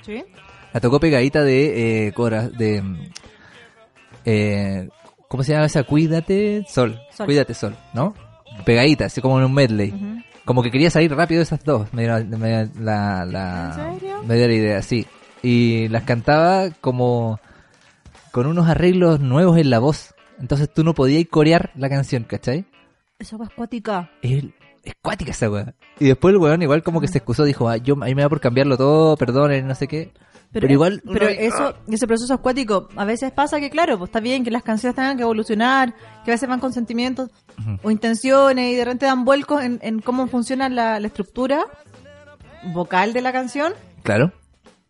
Speaker 3: ¿Sí?
Speaker 4: la tocó pegadita de... eh, Cora, de mm, eh, ¿Cómo se llama esa? Cuídate Sol.
Speaker 3: Sol.
Speaker 4: Cuídate Sol, ¿no? Pegadita, así como en un medley.
Speaker 3: Ujú.
Speaker 4: Como que quería salir rápido de esas dos. Me dio, me dio la, la,
Speaker 3: ¿En serio?
Speaker 4: me dio la idea, sí. Y las cantaba como con unos arreglos nuevos en la voz. Entonces tú no podías corear la canción, ¿cachai?
Speaker 3: Esa agua es cuática.
Speaker 4: Es, es cuática esa weá. Y después el weón igual como que se excusó, dijo, ah, yo, a mí me da por cambiarlo todo, perdonen, no sé qué. Pero, igual... uno-
Speaker 3: pero eso ese proceso acuático a veces pasa que claro pues está bien que las canciones tengan que evolucionar que a veces van con sentimientos o intenciones y de repente dan vuelcos en, en cómo funciona la, la estructura vocal de la canción
Speaker 4: Claro.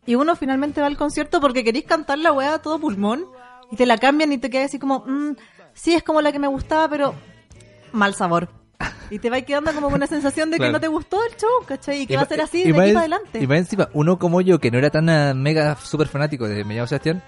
Speaker 3: y uno finalmente va al concierto porque querés cantar la weá a todo pulmón y te la cambian y te quedas así como mm, sí es como la que me gustaba pero mal sabor y te va quedando como una sensación de que
Speaker 4: Claro.
Speaker 3: no te gustó el show ¿cachai? y que
Speaker 4: Y
Speaker 3: va a
Speaker 4: ma-
Speaker 3: ser así de
Speaker 4: y
Speaker 3: aquí
Speaker 4: más en-
Speaker 3: para adelante
Speaker 4: Y más encima, uno como yo, que no era tan ah, mega super fanático de Me llamo Sebastián,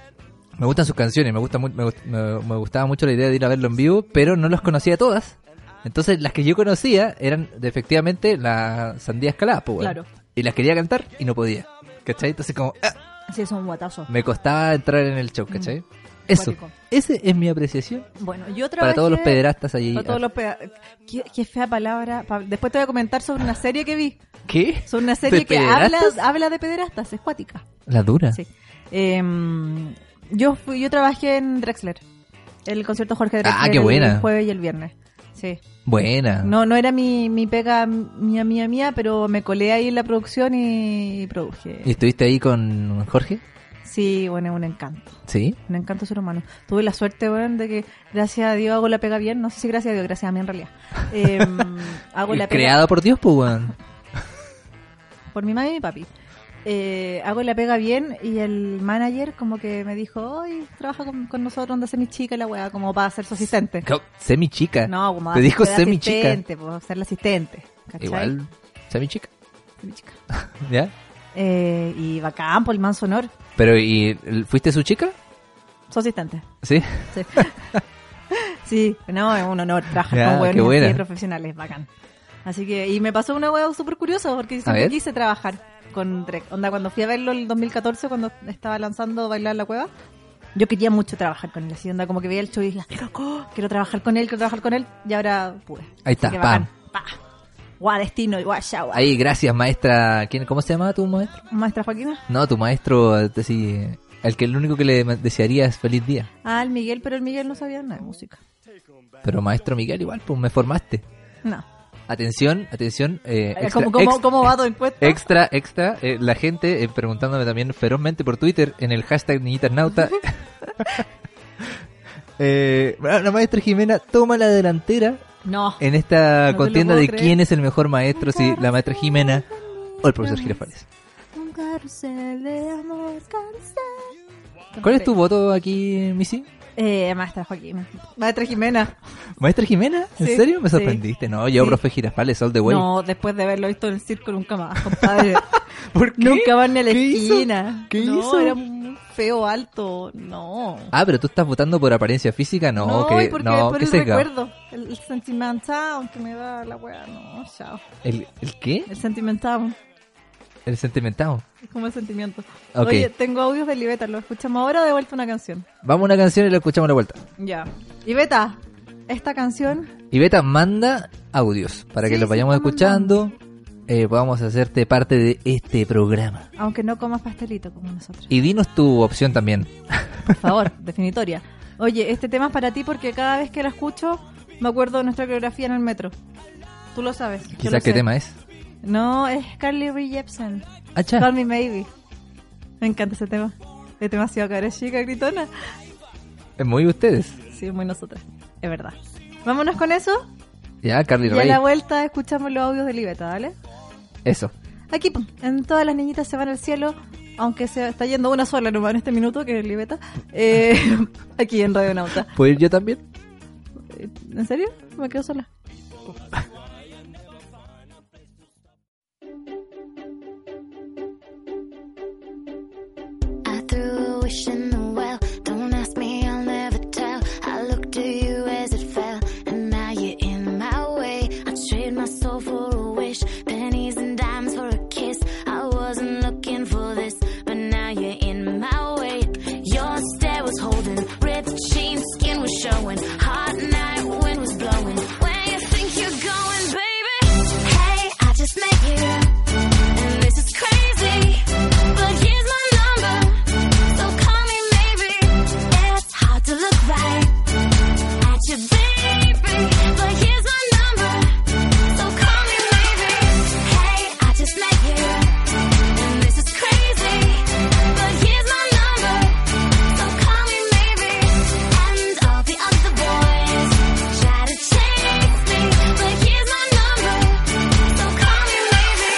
Speaker 4: me gustan sus canciones, me, gusta mu- me, gust- me- me gustaba mucho la idea de ir a verlo en vivo, pero no las conocía todas. Entonces, las que yo conocía eran de, efectivamente la Sandía Escalada, pues, bueno.
Speaker 3: Claro.
Speaker 4: Y las quería cantar y no podía. ¿Cachai? Entonces, como, ah,
Speaker 3: sí es un guatazo
Speaker 4: me costaba entrar en el show, ¿cachai? Eso,
Speaker 3: Mm, Cuático.
Speaker 4: esa es mi apreciación
Speaker 3: Bueno, yo trabajé...
Speaker 4: para todos los pederastas allí.
Speaker 3: Para todos los peda- Qué, qué fea palabra. Pa- Después te voy a comentar sobre una serie que vi.
Speaker 4: ¿Qué?
Speaker 3: Sobre una serie
Speaker 4: ¿De
Speaker 3: que habla,
Speaker 4: pederastas?
Speaker 3: habla de pederastas, es cuática.
Speaker 4: La dura.
Speaker 3: Sí. Eh, yo, fui- yo trabajé en Drexler. El concierto Jorge Drexler.
Speaker 4: Ah, qué buena. Ah.
Speaker 3: El jueves y el viernes. Sí.
Speaker 4: Buena.
Speaker 3: No, no era mi, mi pega mía, mía, mía, pero me colé ahí en la producción y produje.
Speaker 4: ¿Y estuviste ahí con Jorge?
Speaker 3: Sí, bueno, es un encanto.
Speaker 4: Sí.
Speaker 3: Un encanto ser humano. Tuve la suerte, weón, de que gracias a Dios hago la pega bien. No sé si gracias a Dios, gracias a mí en realidad. Eh, hago la pega
Speaker 4: Creado por Dios, pues, weón.
Speaker 3: por mi mamá y mi papi. Eh, hago la pega bien y el manager como que me dijo, hoy trabaja con, con nosotros, donde hace mi chica y la weá, como para ser su asistente.
Speaker 4: Co- Semi chica.
Speaker 3: No, como
Speaker 4: Te
Speaker 3: a
Speaker 4: dijo
Speaker 3: ser
Speaker 4: semi chica.
Speaker 3: asistente, po, ser la asistente. ¿cachai?
Speaker 4: Igual. Semi chica.
Speaker 3: Semi chica.
Speaker 4: ¿Ya?
Speaker 3: Eh, y bacán por el manso honor.
Speaker 4: Pero, ¿y fuiste su chica?
Speaker 3: Su asistente.
Speaker 4: ¿Sí?
Speaker 3: Sí. Sí, no, es un honor trabajar
Speaker 4: Ya,
Speaker 3: con
Speaker 4: qué
Speaker 3: hueones
Speaker 4: buena.
Speaker 3: así de profesionales, bacán. Así que, y me pasó una hueá súper curiosa porque siempre
Speaker 4: ver.
Speaker 3: quise trabajar con Drake. Onda, cuando fui a verlo el 2014, cuando estaba lanzando Bailar en la Cueva, yo quería mucho trabajar con él. Así, onda, como que veía el show y decía, quiero, co- quiero trabajar con él, quiero trabajar con él, y ahora pude.
Speaker 4: Ahí está,
Speaker 3: Así que
Speaker 4: pam.
Speaker 3: bacán. Pa. Guau, destino, y guau, ya, guau.
Speaker 4: Ahí, gracias, maestra. ¿Quién, ¿Cómo se llamaba tu maestro?
Speaker 3: Maestra Joaquina.
Speaker 4: No, tu maestro, eh, sí, el que el único que le ma- desearía es feliz día.
Speaker 3: Ah, el Miguel, pero el Miguel no sabía nada de música.
Speaker 4: Pero maestro Miguel, igual, pues me formaste.
Speaker 3: No.
Speaker 4: Atención, atención. eh,
Speaker 3: Eh,
Speaker 4: extra,
Speaker 3: ¿Cómo, cómo,
Speaker 4: ex-
Speaker 3: ¿Cómo va tu encuesta?
Speaker 4: Extra, extra, eh, la gente eh, preguntándome también ferozmente por Twitter en el hashtag Niñitas Nauta. eh, bueno, la maestra Jimena toma la delantera
Speaker 3: No.
Speaker 4: en
Speaker 3: No
Speaker 4: esta
Speaker 3: te lo
Speaker 4: contienda
Speaker 3: puedo
Speaker 4: de
Speaker 3: creer.
Speaker 4: quién es el mejor maestro, si la maestra Jimena o el profesor Girafales.
Speaker 3: Un carrusel de amor cansado.
Speaker 4: ¿Cuál es tu voto aquí, Missy?
Speaker 3: Eh, maestra Joaquina. Maestra Jimena.
Speaker 4: ¿Maestra Jimena? ¿En
Speaker 3: Sí,
Speaker 4: serio? Me
Speaker 3: sí.
Speaker 4: sorprendiste. No, yo,
Speaker 3: Sí.
Speaker 4: profe Girafales, all the way.
Speaker 3: No, después de haberlo visto en el circo nunca más, compadre.
Speaker 4: ¿Por qué?
Speaker 3: nunca más ni a la
Speaker 4: ¿Qué hizo?
Speaker 3: esquina.
Speaker 4: ¿Qué
Speaker 3: no,
Speaker 4: hizo?
Speaker 3: era un feo alto. No.
Speaker 4: Ah, pero tú estás votando por apariencia física, no,
Speaker 3: y
Speaker 4: que
Speaker 3: porque
Speaker 4: no,
Speaker 3: por
Speaker 4: que
Speaker 3: el
Speaker 4: sesgado.
Speaker 3: recuerdo. El, el sentimental que me da la wea. No, chao.
Speaker 4: ¿El, ¿El qué?
Speaker 3: El sentimental.
Speaker 4: El sentimentado.
Speaker 3: Es como el sentimiento.
Speaker 4: Ok.
Speaker 3: Oye, tengo audios de Libeta. ¿Lo escuchamos ahora o de vuelta una canción?
Speaker 4: Vamos a una canción y la escuchamos a la vuelta.
Speaker 3: Ya. Libeta, esta canción
Speaker 4: Y Beta manda audios para que
Speaker 3: Sí,
Speaker 4: los
Speaker 3: sí,
Speaker 4: vayamos
Speaker 3: está
Speaker 4: escuchando. Eh, podamos hacerte parte de este programa.
Speaker 3: Aunque no comas pastelito como nosotros.
Speaker 4: Y dinos tu opción también.
Speaker 3: Por favor, definitoria. Oye, este tema es para ti porque cada vez que la escucho me acuerdo de nuestra coreografía en el metro. Tú lo sabes. yo lo
Speaker 4: Quizás qué
Speaker 3: sé.
Speaker 4: tema es.
Speaker 3: No, es Carly Rae Jepsen.
Speaker 4: Ah, cha.
Speaker 3: Call Me Maybe. Me encanta ese tema. Es demasiado cara chica, gritona.
Speaker 4: Es muy ustedes.
Speaker 3: Sí, muy nosotras. Es verdad. Vámonos con eso
Speaker 4: Ya, Carly
Speaker 3: y a
Speaker 4: Rey.
Speaker 3: la vuelta escuchamos los audios de Libeta, ¿vale?
Speaker 4: Eso.
Speaker 3: Aquí, pum, en todas las niñitas se van al cielo, aunque se está yendo una sola nomás en este minuto, que es Libeta. Eh, aquí en Radio Nauta.
Speaker 4: ¿Puedo ir yo también?
Speaker 3: Eh, ¿En serio? Me quedo sola.
Speaker 6: I threw a wish in the well. Don't ask me, I'll never tell. I looked to you as it fell, and now you're in my way. I trade my soul for a wish, pennies and dimes for a kiss. I wasn't looking for this, but now you're in my way. Your stare was holding, ripped jeans, skin was showing, hot night wind was blowing. Where you think you're going, baby? Hey, I just met you. And this is crazy, but here's my number. So call me maybe. It's hard to look right at you, baby. But here's my number. So call me maybe. Hey, I just met you. And this is crazy. But here's my number. So call me maybe. And all the other boys try to chase me. But here's my number. So call me maybe.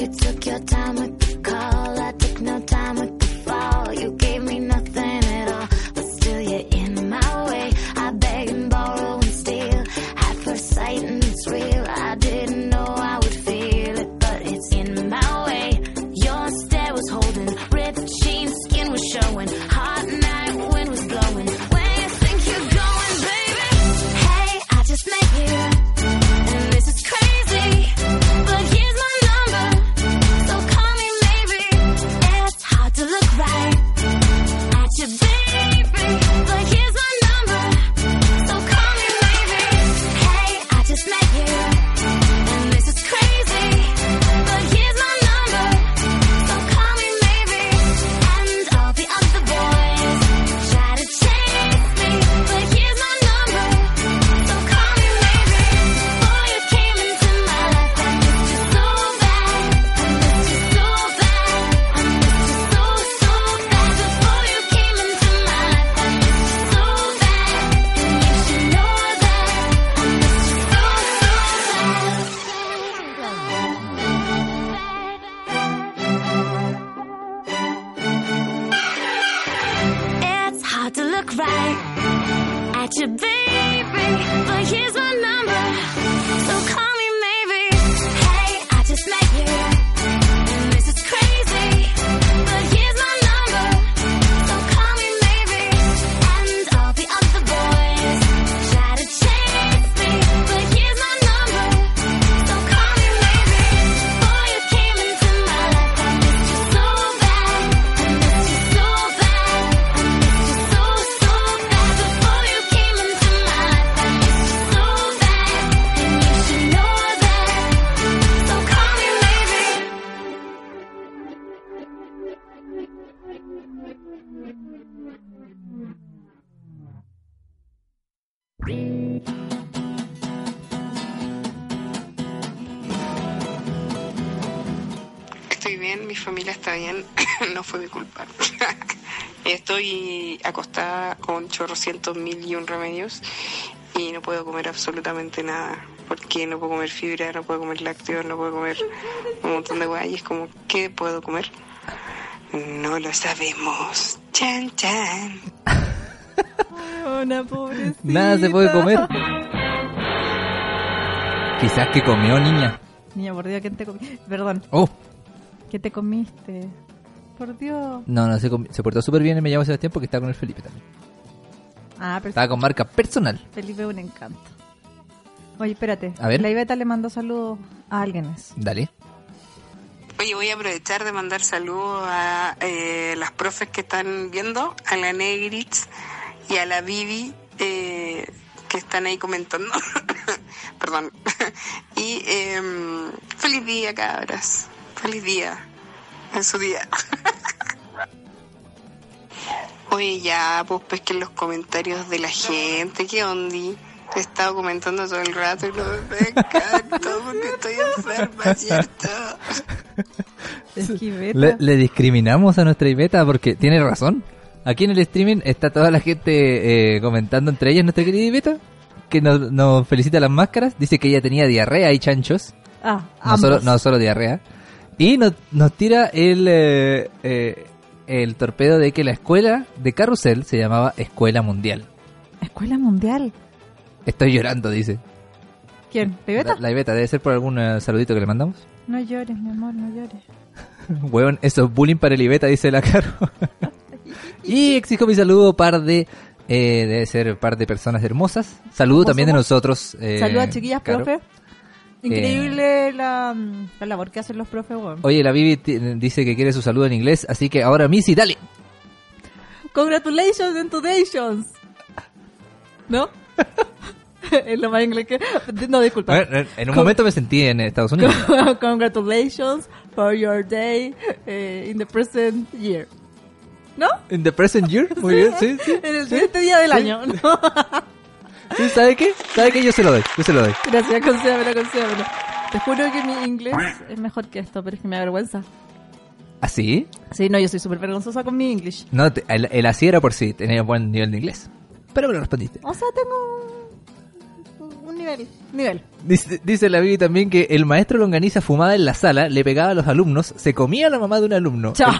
Speaker 6: You took your time with the call. I took no time with the fall. You gave me nothing at all, but still you're in my way. I beg and borrow and steal at first sight, and it's real. I didn't know I would feel it, but it's in my way. Your stare was holding, ripped jeans, skin was showing, hot night wind was blowing. Where you think you're going, baby? Hey, I just met you. And this is crazy, but here's my number. So call me maybe. It's hard to look right at you, baby. But here's my number. So call me maybe. Hey, I just met you. And this is crazy, but here's my number. So call me maybe. And all the other boys try to chase me, but here's my number. So call me maybe. Before you came into my life, I missed you so bad. I missed you so bad. I missed you so so bad. Before you came into my life, I missed you so bad. And you should know that I missed you so so bad. It's hard to look right at your baby, but here's my number. So call me maybe. Hey, I just met you,
Speaker 7: muy bien, mi familia está bien, no fue mi culpa. Estoy acostada con chorrocientos mil y un remedios y no puedo comer absolutamente nada, porque no puedo comer fibra, no puedo comer lácteos, no puedo comer un montón de guayas, como, ¿qué puedo comer? No lo sabemos. Chan, chan.
Speaker 3: Una pobrecita.
Speaker 4: Nada se puede comer. Quizás que comió niña.
Speaker 3: Niña, por Dios, ¿qué te comiste? Perdón,
Speaker 4: Oh,
Speaker 3: ¿qué te comiste? Por Dios.
Speaker 4: no, no, se, comi- se portó súper bien y me llamó Sebastián porque estaba con el Felipe también.
Speaker 3: Ah, pero
Speaker 4: Estaba con marca personal.
Speaker 3: Felipe es un encanto. Oye, espérate.
Speaker 4: A ver.
Speaker 3: La Iveta le mandó saludos a alguien. más.
Speaker 4: Dale.
Speaker 7: Oye, voy a aprovechar de mandar saludos a eh, las profes que están viendo, a la Negritz y a la Vivi, eh, que están ahí comentando. Perdón. y em, feliz día, cabras. Feliz día. En su día. Oye, ya, pues pesquen los comentarios de la gente. ¿Qué ondi? He estado comentando todo el rato y no me encanta porque estoy enferma, ¿cierto?
Speaker 3: Es que Iveta.
Speaker 4: Le, le discriminamos a nuestra Iveta porque tiene razón. Aquí en el streaming está toda la gente eh, comentando entre ellas nuestra querida Iveta, que nos, nos felicita las máscaras, dice que ella tenía diarrea y chanchos,
Speaker 3: Ah,
Speaker 4: no solo,
Speaker 3: ambos.
Speaker 4: no solo diarrea, y nos, nos tira el, eh, eh, el torpedo de que la escuela de Carrusel se llamaba Escuela Mundial.
Speaker 3: Escuela Mundial.
Speaker 4: Estoy llorando, dice.
Speaker 3: ¿Quién? ¿La Iveta?
Speaker 4: La, la Iveta debe ser por algún eh, saludito que le mandamos.
Speaker 3: No llores, mi amor, no llores.
Speaker 4: Weón, eso es bullying para el Iveta, dice la Caro. y exijo mi saludo, par de. eh, debe ser par de personas hermosas. Saludo
Speaker 3: ¿Cómo
Speaker 4: también de
Speaker 3: somos?
Speaker 4: nosotros. eh,
Speaker 3: Saludos, chiquillas,
Speaker 4: Caro.
Speaker 3: profe. Increíble la, mm, la labor que hacen los profes, weón.
Speaker 4: Oye, la Vivi ti- dice que quiere su saludo en inglés, así que ahora Missy, dale.
Speaker 3: Congratulations and Tudations. ¿No? es lo más inglés que. No, disculpa.
Speaker 4: En un
Speaker 3: Con-
Speaker 4: momento me sentí en Estados Unidos.
Speaker 3: Congratulations for your day eh, in the present year. ¿No?
Speaker 4: ¿En the present year? Muy bien, sí, sí.
Speaker 3: En el siguiente día del
Speaker 4: sí.
Speaker 3: año. ¿no?
Speaker 4: sí ¿Sabe qué? ¿Sabe qué? Yo se lo doy, yo se lo doy.
Speaker 3: Gracias, concédamelo, concédamelo. Te juro que mi inglés es mejor que esto, pero es que me da vergüenza.
Speaker 4: ¿Así?
Speaker 3: Sí, no, yo soy súper vergonzosa con mi inglés.
Speaker 4: ¿Ah, no, te- el, el así era por si tenía buen nivel de inglés. Pero me lo respondiste.
Speaker 3: O sea, tengo un, un nivel. Nivel.
Speaker 4: Dice, dice la Bibi también que el maestro longaniza fumaba en la sala, le pegaba a los alumnos, se comía a la mamá de un alumno.
Speaker 3: Chao.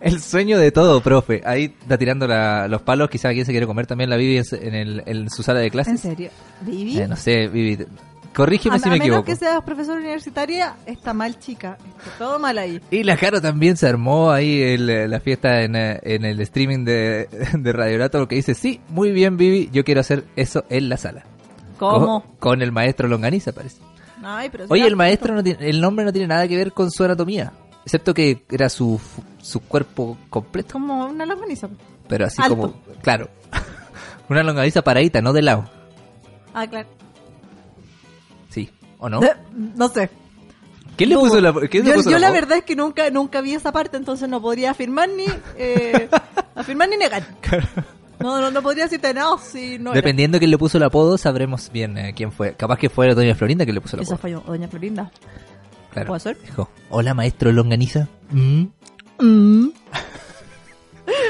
Speaker 4: El sueño de todo, profe. Ahí está tirando la- los palos, quizás quien se quiere comer también la Bibi en, se- en el- en su sala de
Speaker 3: ¿En
Speaker 4: clases.
Speaker 3: serio? ¿Vivi?
Speaker 4: Eh, no sé, Bibi, te- corrígeme
Speaker 3: a,
Speaker 4: si
Speaker 3: a
Speaker 4: me
Speaker 3: menos
Speaker 4: equivoco.
Speaker 3: que seas profesora universitaria, está mal chica. Está todo mal ahí.
Speaker 4: Y la Caro también se armó ahí el- la fiesta en, eh, en el streaming de, de Radio Rato, lo que dice, sí, muy bien Bibi, yo quiero hacer eso en la sala.
Speaker 3: ¿Cómo?
Speaker 4: Con, con el maestro longaniza, parece.
Speaker 3: Ay, pero si
Speaker 4: Oye,
Speaker 3: era
Speaker 4: el maestro, no tiene- el nombre no tiene nada que ver con su anatomía, excepto que era su, f- su cuerpo
Speaker 3: Es
Speaker 4: completo,
Speaker 3: como una longaniza.
Speaker 4: pero así
Speaker 3: Alto.
Speaker 4: como, claro, una longaniza paradita, no de lado,
Speaker 3: Ah, claro.
Speaker 4: sí, ¿o no?
Speaker 3: Eh, No sé.
Speaker 4: ¿Quién le
Speaker 3: Dudo.
Speaker 4: puso la, quién le
Speaker 3: yo,
Speaker 4: puso
Speaker 3: yo la
Speaker 4: voz?
Speaker 3: verdad es que nunca nunca vi esa parte, entonces no podría afirmar ni eh, afirmar ni negar. No, no, no podría decirte no, si no era.
Speaker 4: Dependiendo de quién le puso el apodo, sabremos bien eh, quién fue. Capaz que fue Doña Florinda que le puso el
Speaker 3: Esa
Speaker 4: apodo.
Speaker 3: fue Doña Florinda.
Speaker 4: Claro.
Speaker 3: ¿Puede ser?
Speaker 4: Dijo, hola maestro longaniza. Mm.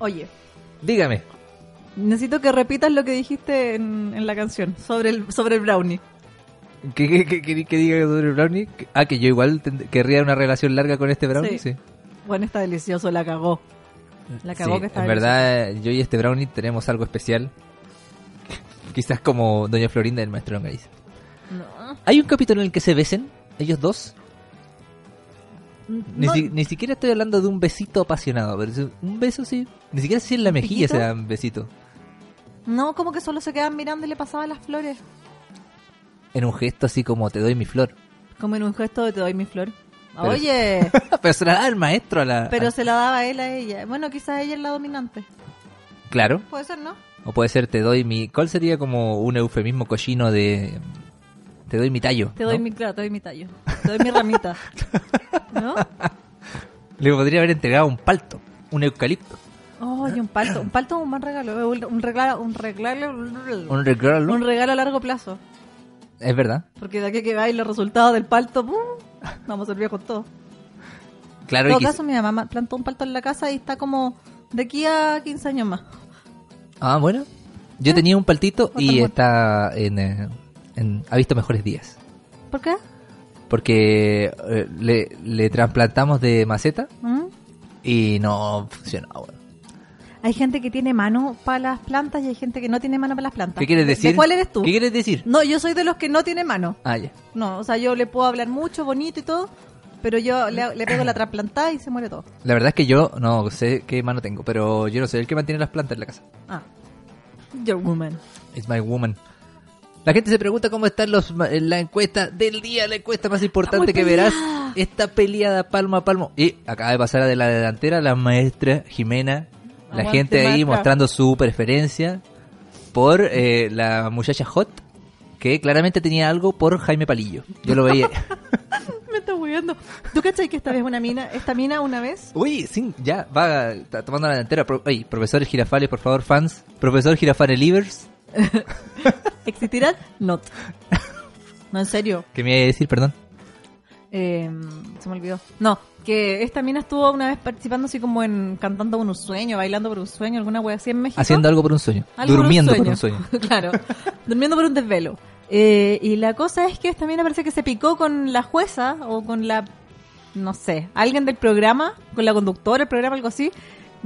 Speaker 3: Oye,
Speaker 4: Dígame,
Speaker 3: necesito que repitas lo que dijiste en, en la canción sobre el sobre el brownie.
Speaker 4: ¿qué, qué, qué- qué- qué diga sobre Brownie? Ah, que yo igual tend- querría una relación larga con este Brownie,
Speaker 3: Sí.
Speaker 4: sí.
Speaker 3: Bueno, está delicioso, la cagó. La cagó
Speaker 4: Sí,
Speaker 3: que está
Speaker 4: En
Speaker 3: delicioso.
Speaker 4: verdad, yo y este brownie tenemos algo especial. Quizás como Doña Florinda y el maestro Longaniza.
Speaker 3: No.
Speaker 4: Hay un capítulo en el que se besen, ellos dos. Ni,
Speaker 3: No,
Speaker 4: si- ni siquiera estoy hablando de un besito apasionado, pero es un beso sí. Ni siquiera si en la mejilla
Speaker 3: piquito?
Speaker 4: se dan besito.
Speaker 3: no, como que solo se quedaban mirando y le pasaban las flores.
Speaker 4: En un gesto así como te doy mi flor.
Speaker 3: Como en un gesto de te doy mi flor.
Speaker 4: Pero-
Speaker 3: Oye,
Speaker 4: pero se la da el maestro a la.
Speaker 3: pero
Speaker 4: a-
Speaker 3: se la daba él a ella. Bueno, quizás ella es la dominante.
Speaker 4: Claro.
Speaker 3: Puede ser, ¿no?
Speaker 4: O puede ser te doy mi. ¿Cuál sería como un eufemismo cochino de. Te doy mi tallo?
Speaker 3: Te doy
Speaker 4: ¿no?
Speaker 3: mi, claro, te doy mi tallo. Te doy mi ramita. ¿No?
Speaker 4: Le podría haber entregado un palto, un eucalipto.
Speaker 3: Oh, y un palto. Un palto es un buen regalo. eh, Un un regalo, un regalo,
Speaker 4: Un regalo.
Speaker 3: un regalo a largo plazo.
Speaker 4: Es verdad.
Speaker 3: Porque de aquí que vais los resultados del palto, ¡pum! Vamos a ser viejos todos.
Speaker 4: Claro,
Speaker 3: En
Speaker 4: y
Speaker 3: todo
Speaker 4: quiz-
Speaker 3: caso, mi mamá plantó un palto en la casa y está como de aquí a 15 años más.
Speaker 4: Ah, bueno.
Speaker 3: ¿eh?
Speaker 4: Yo tenía un paltito
Speaker 3: Otro
Speaker 4: y
Speaker 3: muerto.
Speaker 4: está en, eh, en- ha visto mejores días.
Speaker 3: ¿Por qué?
Speaker 4: Porque eh, le, le trasplantamos de maceta
Speaker 3: ¿Mm?
Speaker 4: y no funcionó. bueno.
Speaker 3: Hay gente que tiene mano para las plantas y hay gente que no tiene mano para las plantas.
Speaker 4: ¿Qué quieres
Speaker 3: Ah, ¿De-
Speaker 4: decir?
Speaker 3: ¿De cuál eres tú?
Speaker 4: ¿Qué quieres decir?
Speaker 3: No, yo soy de los que no tiene mano.
Speaker 4: Ah, ya.
Speaker 3: No, o sea, yo le puedo hablar mucho, bonito y todo, pero yo le, le pego la trasplantada y se muere todo.
Speaker 4: La verdad es que yo no sé qué mano tengo, pero yo no soy el que mantiene las plantas en la casa.
Speaker 3: Ah. Your woman.
Speaker 4: It's my woman. La gente se pregunta cómo están los ma- en la encuesta del día, la encuesta más importante que verás. Está peleada palmo a palmo. Y acaba de pasar a de la delantera la maestra Jimena. La
Speaker 3: Aguante,
Speaker 4: gente ahí
Speaker 3: maestra.
Speaker 4: mostrando su preferencia por eh, la muchacha Hot, que claramente tenía algo por Jaime Palillo. Yo lo veía.
Speaker 3: Me está huyendo. ¿Tú cachai que esta vez una mina, esta mina una vez?
Speaker 4: Uy, sí, ya, va está tomando la delantera. Pro- Oye, profesores girafales, por favor, fans. Profesor girafales Livers.
Speaker 3: ¿Existirán? No. No, en serio.
Speaker 4: ¿Qué me iba a decir, perdón?
Speaker 3: Eh, se me olvidó. No, que esta mina estuvo una vez participando así como en cantando por un sueño, bailando por un sueño, alguna wea así en México.
Speaker 4: Haciendo algo por un sueño.
Speaker 3: Algo
Speaker 4: durmiendo por un sueño.
Speaker 3: claro, durmiendo por un desvelo. Eh, y la cosa es que esta mina parece que se picó con la jueza o con la, no sé, alguien del programa, con la conductora del programa, algo así.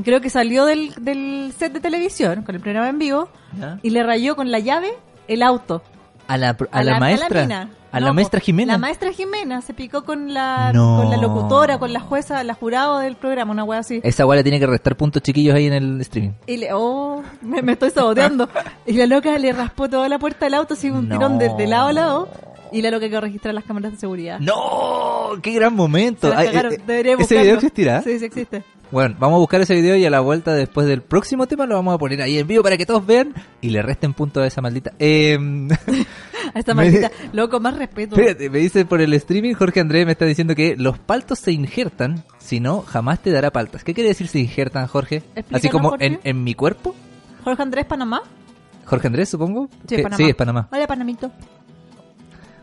Speaker 3: Creo que salió del, del set de televisión, con el programa en vivo,
Speaker 4: Ya.
Speaker 3: y le rayó con la llave el auto.
Speaker 4: A la, a la maestra. A la,
Speaker 3: mina. No,
Speaker 4: maestra
Speaker 3: po,
Speaker 4: Jimena.
Speaker 3: La maestra Jimena se picó con la,
Speaker 4: No.
Speaker 3: con la locutora, con la jueza, la jurado del programa, una wea así.
Speaker 4: Esa weá le tiene que restar puntos chiquillos ahí en el streaming.
Speaker 3: Y le, oh, me, me estoy saboteando. Y la loca le raspó toda la puerta del auto, así un
Speaker 4: No.
Speaker 3: tirón de, de lado a lado. Y la loca que registrar las cámaras de seguridad.
Speaker 4: ¡No! ¡Qué gran momento!
Speaker 3: Se la
Speaker 4: Ay,
Speaker 3: cagaron,
Speaker 4: eh, eh,
Speaker 3: debería
Speaker 4: ¿Ese
Speaker 3: buscarlo.
Speaker 4: video existirá?
Speaker 3: Sí, sí existe.
Speaker 4: Bueno, vamos a buscar ese video y a la vuelta después del próximo tema lo vamos a poner ahí en vivo para que todos vean y le resten puntos a esa maldita. Eh,
Speaker 3: A esta
Speaker 4: Me-
Speaker 3: maldita, loco, más respeto.
Speaker 4: espérate, me dice por el streaming Jorge Andrés me está diciendo que los paltos se injertan, si no, jamás te dará paltas. ¿Qué quiere decir se injertan, Jorge? Así
Speaker 3: Explícanos,
Speaker 4: como
Speaker 3: Jorge.
Speaker 4: En, en mi cuerpo.
Speaker 3: Jorge Andrés, Panamá.
Speaker 4: Jorge Andrés, supongo.
Speaker 3: Sí,
Speaker 4: que-
Speaker 3: Panamá.
Speaker 4: sí, es Panamá.
Speaker 3: Hola, Panamito.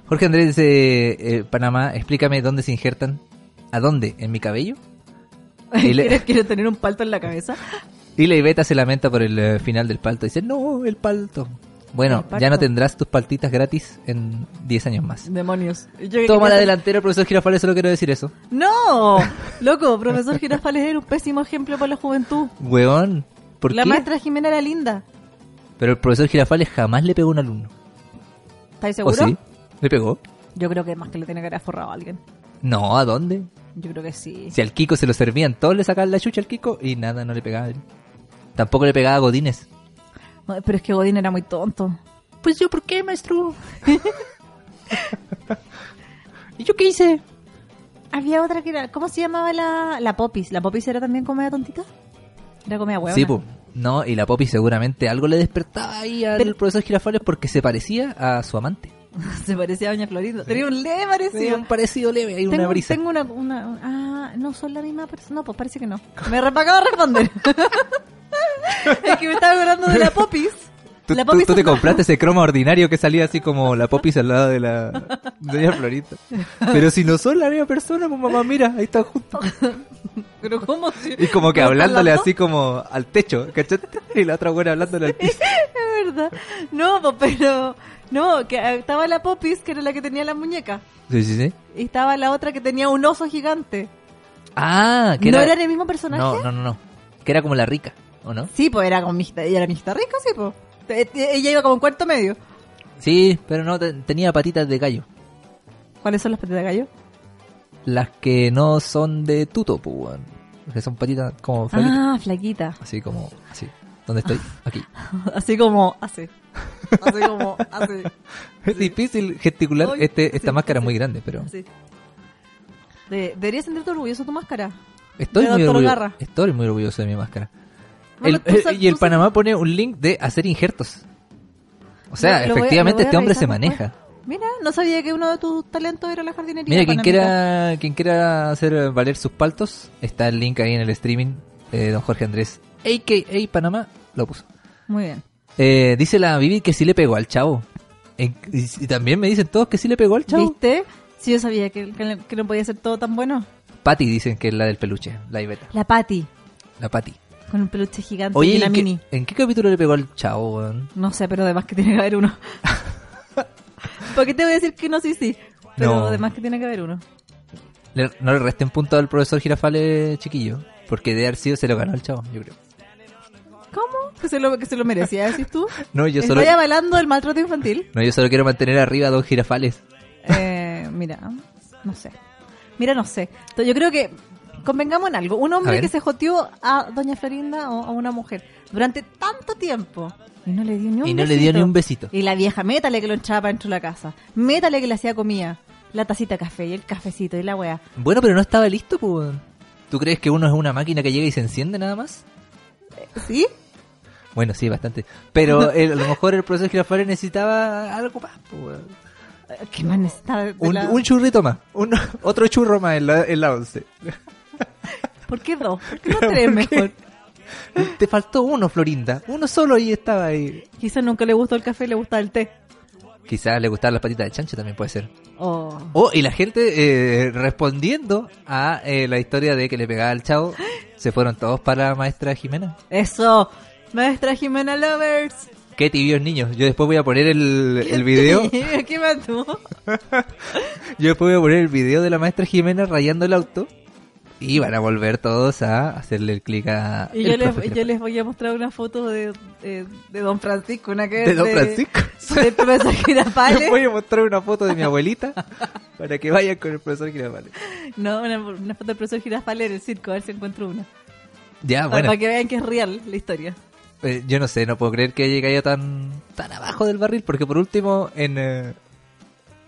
Speaker 4: Jorge Andrés dice, eh, Panamá, explícame dónde se injertan. ¿A dónde? ¿En mi cabello? Y le-
Speaker 3: ¿Quieres, quieres tener un palto en la cabeza?
Speaker 4: Y la Iveta se lamenta por el eh, final del palto. Dice, no, el palto. Bueno,
Speaker 3: El palto.
Speaker 4: ya no tendrás tus paltitas gratis en 10 años más.
Speaker 3: Demonios. Yo que
Speaker 4: Toma la
Speaker 3: quería-
Speaker 4: delantera, profesor Girafales, solo quiero decir eso.
Speaker 3: ¡No! Loco, profesor Girafales era un pésimo ejemplo para la juventud.
Speaker 4: Weón, ¿por
Speaker 3: La
Speaker 4: qué?
Speaker 3: maestra Jimena era linda.
Speaker 4: Pero el profesor Girafales jamás le pegó a un alumno.
Speaker 3: ¿Estáis
Speaker 4: ¿O
Speaker 3: seguros?
Speaker 4: sí? ¿Le pegó?
Speaker 3: Yo creo que más que le tiene que haber forrado a alguien.
Speaker 4: No, ¿a dónde?
Speaker 3: Yo creo que sí.
Speaker 4: Si al Kiko se lo servían, todos le sacaban la chucha al Kiko y nada, no le pegaba. Tampoco le pegaba a Godínez.
Speaker 3: No, pero es que Godín era muy tonto.
Speaker 4: Pues yo, ¿por qué, maestro? ¿Y yo qué hice?
Speaker 3: Había otra que era. ¿Cómo se llamaba la, la Popis? ¿La Popis era también comida tontita? Era comida huevona.
Speaker 4: Sí, po. No, y la Poppy seguramente algo le despertaba ahí al
Speaker 3: Pero-
Speaker 4: profesor Girafales porque se parecía a su amante.
Speaker 3: Se parecía a Doña Florinda. Tenía un leve parecido.
Speaker 4: Tenía un parecido leve, hay una
Speaker 3: tengo,
Speaker 4: brisa.
Speaker 3: tengo una, una- un- Ah, no, son la misma persona. No, pues parece que no. Me re- me acabo de responder. es que me estaba acordando de la Popis.
Speaker 4: Tú,
Speaker 3: la
Speaker 4: tú-
Speaker 3: Popis
Speaker 4: tú te
Speaker 3: son-
Speaker 4: compraste ese croma ordinario que salía así como la Poppy al lado de la doña Florita. Pero si no son la misma persona, pues, mamá, mira, ahí están juntos.
Speaker 3: Pero ¿cómo si-
Speaker 4: Y
Speaker 3: ¿cómo
Speaker 4: como que
Speaker 3: están
Speaker 4: hablándole
Speaker 3: las dos?
Speaker 4: así como al techo, ¿cachaste? Y la otra buena hablándole al piso.
Speaker 3: Es verdad. No, po, pero. No, que eh, estaba la Popis, que era la que tenía la muñeca.
Speaker 4: Sí, sí, sí.
Speaker 3: Y estaba la otra que tenía un oso gigante.
Speaker 4: Ah, que
Speaker 3: ¿No
Speaker 4: era...
Speaker 3: eran el mismo personaje?
Speaker 4: No, no, no, no. Que era como la rica, ¿o no?
Speaker 3: Sí, pues era con mijita, ella era mijita rica, sí, pues. Ella iba como en cuarto medio.
Speaker 4: Sí, pero no, te- tenía patitas de gallo.
Speaker 3: ¿Cuáles son las patitas de gallo?
Speaker 4: Las que no son de tuto, pues, weón. Las Que son patitas como flaquitas.
Speaker 3: Ah, flaquita.
Speaker 4: Así como, así. ¿Dónde estoy? Aquí.
Speaker 3: Así como hace. Así como hace.
Speaker 4: Es difícil gesticular
Speaker 3: Ay,
Speaker 4: este, esta
Speaker 3: sí,
Speaker 4: máscara
Speaker 3: sí.
Speaker 4: muy grande, pero
Speaker 3: así. De- deberías sentirte orgulloso de tu máscara.
Speaker 4: estoy
Speaker 3: De
Speaker 4: muy,
Speaker 3: Dr.
Speaker 4: orgulloso,
Speaker 3: Garra.
Speaker 4: estoy muy orgulloso de mi máscara.
Speaker 3: Bueno,
Speaker 4: El- eh,
Speaker 3: tú sab-
Speaker 4: y el
Speaker 3: tú sab-
Speaker 4: Panamá pone un link de hacer injertos. O sea,
Speaker 3: Lo- lo voy a-
Speaker 4: efectivamente
Speaker 3: lo voy a
Speaker 4: este hombre se
Speaker 3: revisar después.
Speaker 4: maneja.
Speaker 3: Mira, no sabía que uno de tus talentos era la jardinería.
Speaker 4: Mira, quien
Speaker 3: panamita.
Speaker 4: quiera, quien quiera hacer valer sus paltos, está el link ahí en el streaming de don Jorge Andrés. AKA Panamá lo puso.
Speaker 3: Muy bien.
Speaker 4: Eh, dice la Vivi que sí le pegó al chavo. En- y, y también me dicen todos que sí le pegó al chavo.
Speaker 3: ¿Viste? Sí, yo sabía que, que- que no podía ser todo tan bueno.
Speaker 4: Patty dicen que es la del peluche, la Iveta.
Speaker 3: La Patty,
Speaker 4: La Patty.
Speaker 3: con un peluche gigante
Speaker 4: Oye,
Speaker 3: y la
Speaker 4: ¿en qué,
Speaker 3: mini.
Speaker 4: en qué capítulo le pegó al chavo, weón?
Speaker 3: No sé, pero además que tiene que haber uno. ¿Por qué te voy a decir que no, sí, sí? Pero
Speaker 4: No.
Speaker 3: además que tiene que haber uno.
Speaker 4: Le- no le resten punto al profesor Girafale chiquillo, porque de haber sido se lo ganó el chavo, yo creo.
Speaker 3: ¿Cómo? ¿Que se lo, que se lo merecía, decís tú?
Speaker 4: No, yo
Speaker 3: Estoy
Speaker 4: solo,
Speaker 3: avalando el maltrato infantil.
Speaker 4: no, yo solo quiero mantener arriba a dos girafales.
Speaker 3: Eh, mira, no sé. Mira, no sé. Entonces, yo creo que convengamos en algo. Un
Speaker 4: A
Speaker 3: hombre
Speaker 4: ver.
Speaker 3: que se joteó a doña Florinda o a una mujer durante tanto tiempo y no le dio ni un
Speaker 4: Y no
Speaker 3: besito.
Speaker 4: le dio ni un besito.
Speaker 3: Y la vieja, métale que lo echaba para dentro de la casa. Métale que le hacía comida. La tacita de café y el cafecito y la weá.
Speaker 4: Bueno, pero no estaba listo, pues. weón. ¿Tú crees que uno es una máquina que llega y se enciende nada más?
Speaker 3: ¿Sí?
Speaker 4: Bueno, sí, bastante. Pero el- a lo mejor el profesor Girafales necesitaba algo más, pues. weón.
Speaker 3: ¿Qué más necesitaba? de
Speaker 4: Un,
Speaker 3: la-
Speaker 4: un churrito más. Un- otro churro más en la, en la once.
Speaker 3: ¿Por qué dos? ¿Por qué no tres mejor?
Speaker 4: Te faltó uno, Florinda. Uno solo y estaba ahí.
Speaker 3: Quizás nunca le gustó el café, le gustaba el té.
Speaker 4: Quizás le gustaban las patitas de chancho también puede ser.
Speaker 3: Oh.
Speaker 4: Oh, y la gente eh, respondiendo a eh, la historia de que le pegaba al chavo, se fueron todos para la maestra Jimena.
Speaker 3: Eso. Maestra Jimena Lovers.
Speaker 4: Qué tibios niños. Yo después voy a poner el, el video.
Speaker 3: ¿Qué mató?
Speaker 4: Yo después voy a poner el video de la maestra Jimena rayando el auto. Y van a volver todos a hacerle el clic a.
Speaker 3: Y
Speaker 4: el
Speaker 3: yo
Speaker 4: profe
Speaker 3: les,
Speaker 4: Girafales.
Speaker 3: yo les voy a mostrar una foto de, de, de Don Francisco, una que
Speaker 4: ¿De Don Francisco?
Speaker 3: Del profesor Girafales.
Speaker 4: Les voy a mostrar una foto de mi abuelita para que vayan con el profesor Girafales.
Speaker 3: No, una, una foto del profesor Girafales en el circo, a ver si encuentro una.
Speaker 4: Ah, Ya,
Speaker 3: Para-
Speaker 4: bueno.
Speaker 3: Para que vean que es real la historia.
Speaker 4: Eh, yo no sé, no puedo creer que haya caído tan, tan abajo del barril, porque por último en, eh,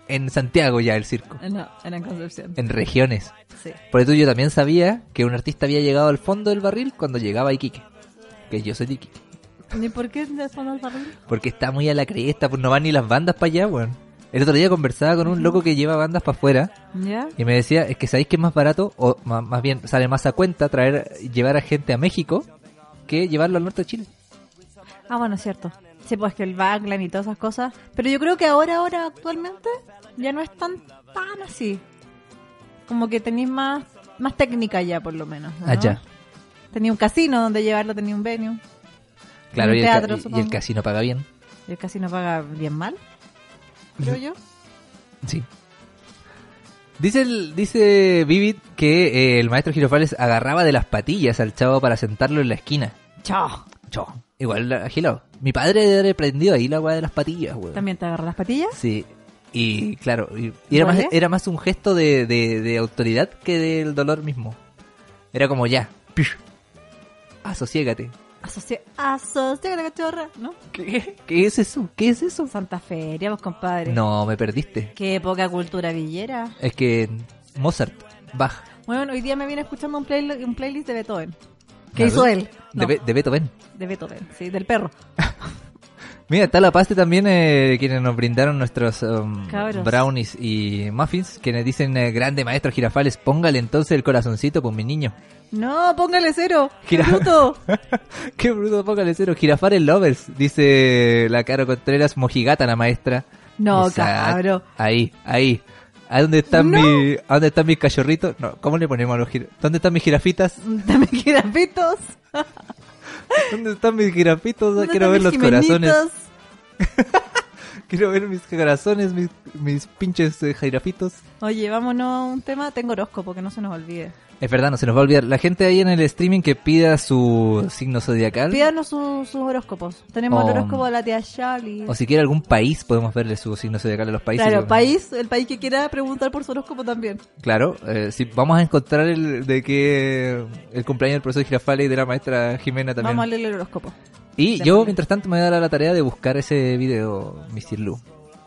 Speaker 4: en Santiago ya el circo,
Speaker 3: Ah, No, era en Concepción.
Speaker 4: en regiones.
Speaker 3: Sí.
Speaker 4: Por eso yo también sabía que un artista había llegado al fondo del barril cuando llegaba a Iquique, que yo soy de Iquique.
Speaker 3: ¿Ni por qué de fondo al barril?
Speaker 4: Porque está muy a la cresta, pues no van ni las bandas para allá, weón. El otro día conversaba con un loco que lleva bandas para afuera
Speaker 3: ¿Ya?
Speaker 4: y me decía, es que sabéis que es más barato, o ma- más, bien sale más a cuenta traer llevar a gente a México que llevarlo al norte de Chile.
Speaker 3: Ah, bueno, es cierto. Sí, pues que el backline y todas esas cosas. Pero yo creo que ahora, ahora, actualmente, ya no es tan, tan así. Como que tenéis más, más técnica ya, por lo menos. ¿no?
Speaker 4: Allá.
Speaker 3: Tenía un casino donde llevarlo, tenía un venue.
Speaker 4: Claro,
Speaker 3: En
Speaker 4: y
Speaker 3: el
Speaker 4: el, ca-
Speaker 3: teatro,
Speaker 4: y- y el
Speaker 3: supongo.
Speaker 4: casino paga bien.
Speaker 3: Y el casino paga bien mal, creo yo.
Speaker 4: Sí. Dice, el- dice Vivid que eh, el maestro Girofales agarraba de las patillas al chavo para sentarlo en la esquina.
Speaker 3: Chao.
Speaker 4: Chao. Igual, agilado. Mi padre debe haber prendido ahí la weá de las patillas, weón.
Speaker 3: También te agarra las patillas.
Speaker 4: Sí. Y claro, y, y era, más,
Speaker 3: ¿Duele?
Speaker 4: era más un gesto de, de- de autoridad que del dolor mismo. Era como ya. pish, Asociégate.
Speaker 3: Asocia, asocia la cachorra, ¿no?
Speaker 4: ¿Qué? ¿Qué es eso? ¿Qué es eso?
Speaker 3: Santa Feria, vos compadre.
Speaker 4: No, me perdiste.
Speaker 3: Qué poca cultura villera.
Speaker 4: Es que Mozart, Bach,
Speaker 3: Bueno, hoy día me viene escuchando un, playli- un playlist de Beethoven.
Speaker 4: ¿A
Speaker 3: ¿Qué hizo
Speaker 4: ver?
Speaker 3: él?
Speaker 4: de,
Speaker 3: No,
Speaker 4: Be- de Beethoven.
Speaker 3: de Beethoven, sí, del perro.
Speaker 4: Mira, está la paste también, eh, quienes nos brindaron nuestros um,
Speaker 3: Cabros.
Speaker 4: brownies y muffins, quienes dicen, eh, grande maestro Girafales, póngale entonces el corazoncito por mi niño.
Speaker 3: No, póngale cero. ¡Qué
Speaker 4: Gira-
Speaker 3: bruto!
Speaker 4: Qué bruto, póngale cero, Girafales lovers, dice la Caro Contreras, mojigata la maestra.
Speaker 3: No,
Speaker 4: Esa-
Speaker 3: cabro.
Speaker 4: Ahí, ahí. ¿A dónde están,
Speaker 3: No.
Speaker 4: mi, ¿A dónde están mis cachorritos? No, ¿cómo le ponemos a los girafitas? ¿Dónde están mis jirafitas?
Speaker 3: Dame jirafitos.
Speaker 4: ¿Dónde están mis jirafitos?
Speaker 3: ¿Dónde
Speaker 4: Quiero
Speaker 3: están
Speaker 4: ver los
Speaker 3: mis
Speaker 4: corazones.
Speaker 3: jimenitos?
Speaker 4: Quiero ver mis corazones, mis, mis pinches eh, jirafitos.
Speaker 3: Oye, vámonos a un tema. Tengo horóscopo, que no se nos olvide.
Speaker 4: Es verdad, no se nos va a olvidar. La gente ahí en el streaming que pida su signo zodiacal.
Speaker 3: Pídanos su- sus horóscopos. Tenemos
Speaker 4: Oh.
Speaker 3: el horóscopo de la tía Shali.
Speaker 4: O si quiere algún país, podemos verle su signo zodiacal a los países.
Speaker 3: claro,
Speaker 4: Bueno,
Speaker 3: país, el país que quiera preguntar por su horóscopo también.
Speaker 4: Claro, eh, sí, vamos a encontrar el de que el cumpleaños del profesor Girafale y de la maestra Jimena también.
Speaker 3: Vamos a leer el horóscopo.
Speaker 4: y
Speaker 3: de
Speaker 4: yo,
Speaker 3: manera.
Speaker 4: mientras tanto, me voy a dar a la tarea de buscar ese video, Mr. Lu.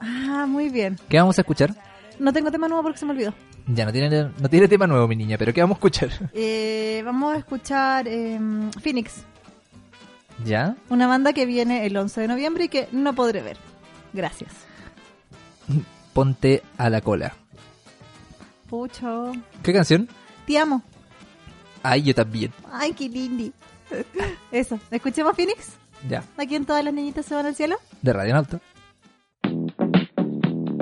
Speaker 3: Ah, muy bien.
Speaker 4: ¿Qué vamos a escuchar?
Speaker 3: No tengo tema nuevo porque se me olvidó.
Speaker 4: Ya, no tiene, no tiene tema nuevo, mi niña, pero ¿qué vamos a escuchar?
Speaker 3: Eh, vamos a escuchar eh, Phoenix,
Speaker 4: ¿Ya?
Speaker 3: una banda que viene el 11 de noviembre y que no podré ver. Gracias.
Speaker 4: Ponte a la cola.
Speaker 3: Pucho.
Speaker 4: ¿Qué canción?
Speaker 3: Te amo.
Speaker 4: Ay, yo también.
Speaker 3: Ay, qué lindy. Eso. Escuchemos Phoenix.
Speaker 4: Ya,
Speaker 3: Aquí en todas las niñitas se van al cielo.
Speaker 4: de Radio Nauta.
Speaker 5: Oh,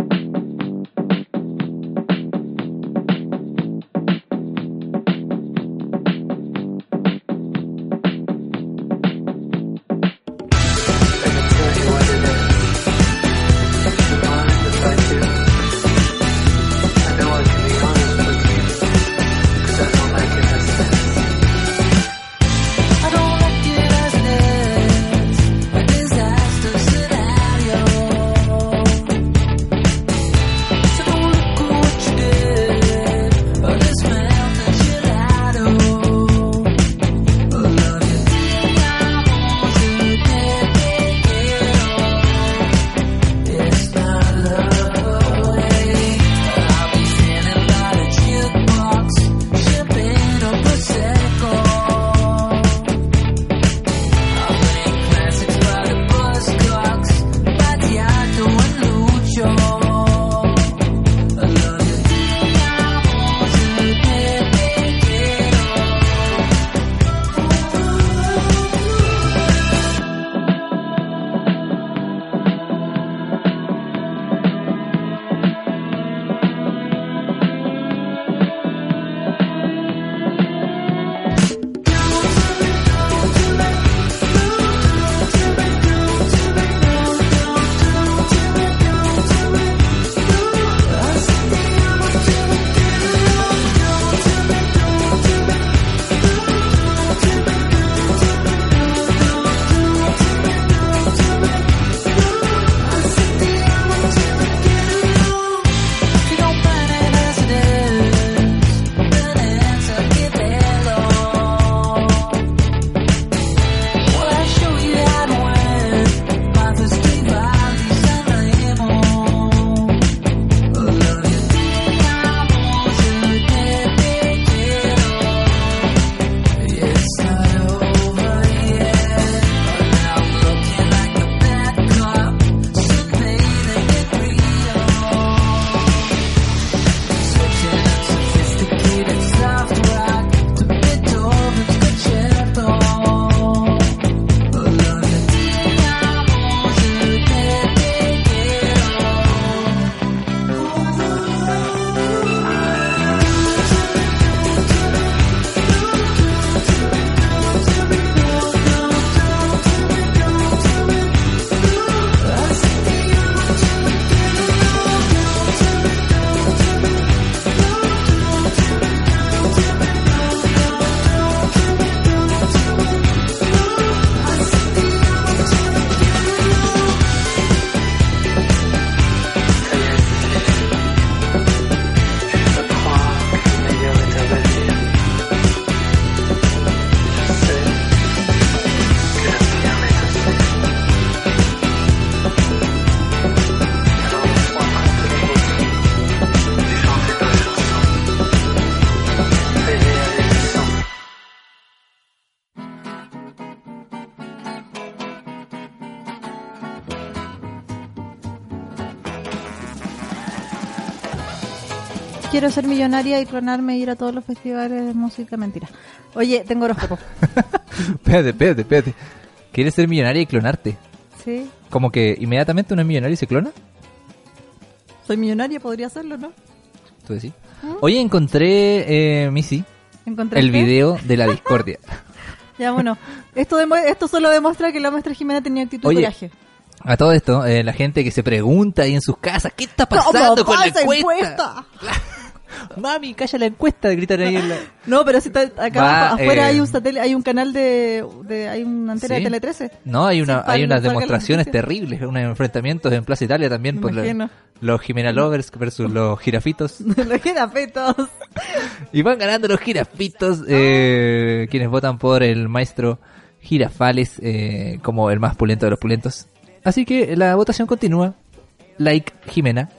Speaker 5: Oh,
Speaker 3: quiero ser millonaria y clonarme e ir a todos los festivales de música. Mentira. Oye, tengo horóscopo.
Speaker 4: espérate, espérate, espérate. ¿Quieres ser millonaria y clonarte?
Speaker 3: sí.
Speaker 4: Como que inmediatamente uno es millonario y se clona,
Speaker 3: Soy millonaria, podría hacerlo, ¿no?
Speaker 4: tú decís. Oye, encontré, eh, Missy,
Speaker 3: Encontré
Speaker 4: el
Speaker 3: qué?
Speaker 4: video de la discordia.
Speaker 3: Ya, bueno. Esto, demo- esto solo demuestra que la maestra Jimena tenía actitud
Speaker 4: Oye,
Speaker 3: de coraje.
Speaker 4: A todo esto, eh, la gente que se pregunta ahí en sus casas, ¿qué está pasando con la
Speaker 3: pasa
Speaker 4: encuesta?
Speaker 3: encuesta?
Speaker 4: Mami, calla la encuesta, gritan ahí en la...
Speaker 3: No, pero si está acá
Speaker 4: Va,
Speaker 3: abajo, afuera
Speaker 4: eh,
Speaker 3: hay un satélite, hay un canal de, de- hay una antena
Speaker 4: ¿Sí?
Speaker 3: de Tele 13.
Speaker 4: No, hay, una,
Speaker 3: Sí, para-
Speaker 4: hay
Speaker 3: para que
Speaker 4: unas
Speaker 3: la
Speaker 4: demostraciones
Speaker 3: noticia.
Speaker 4: terribles, unos enfrentamientos en Plaza Italia también
Speaker 3: Me
Speaker 4: por la-
Speaker 3: imagino.
Speaker 4: los Jimena Lovers versus los jirafitos.
Speaker 3: Los jirapetos.
Speaker 4: Y van ganando los jirafitos, eh, quienes votan por el maestro Girafales eh, como el más pulento de los pulentos. Así que la votación continúa. Like Jimena,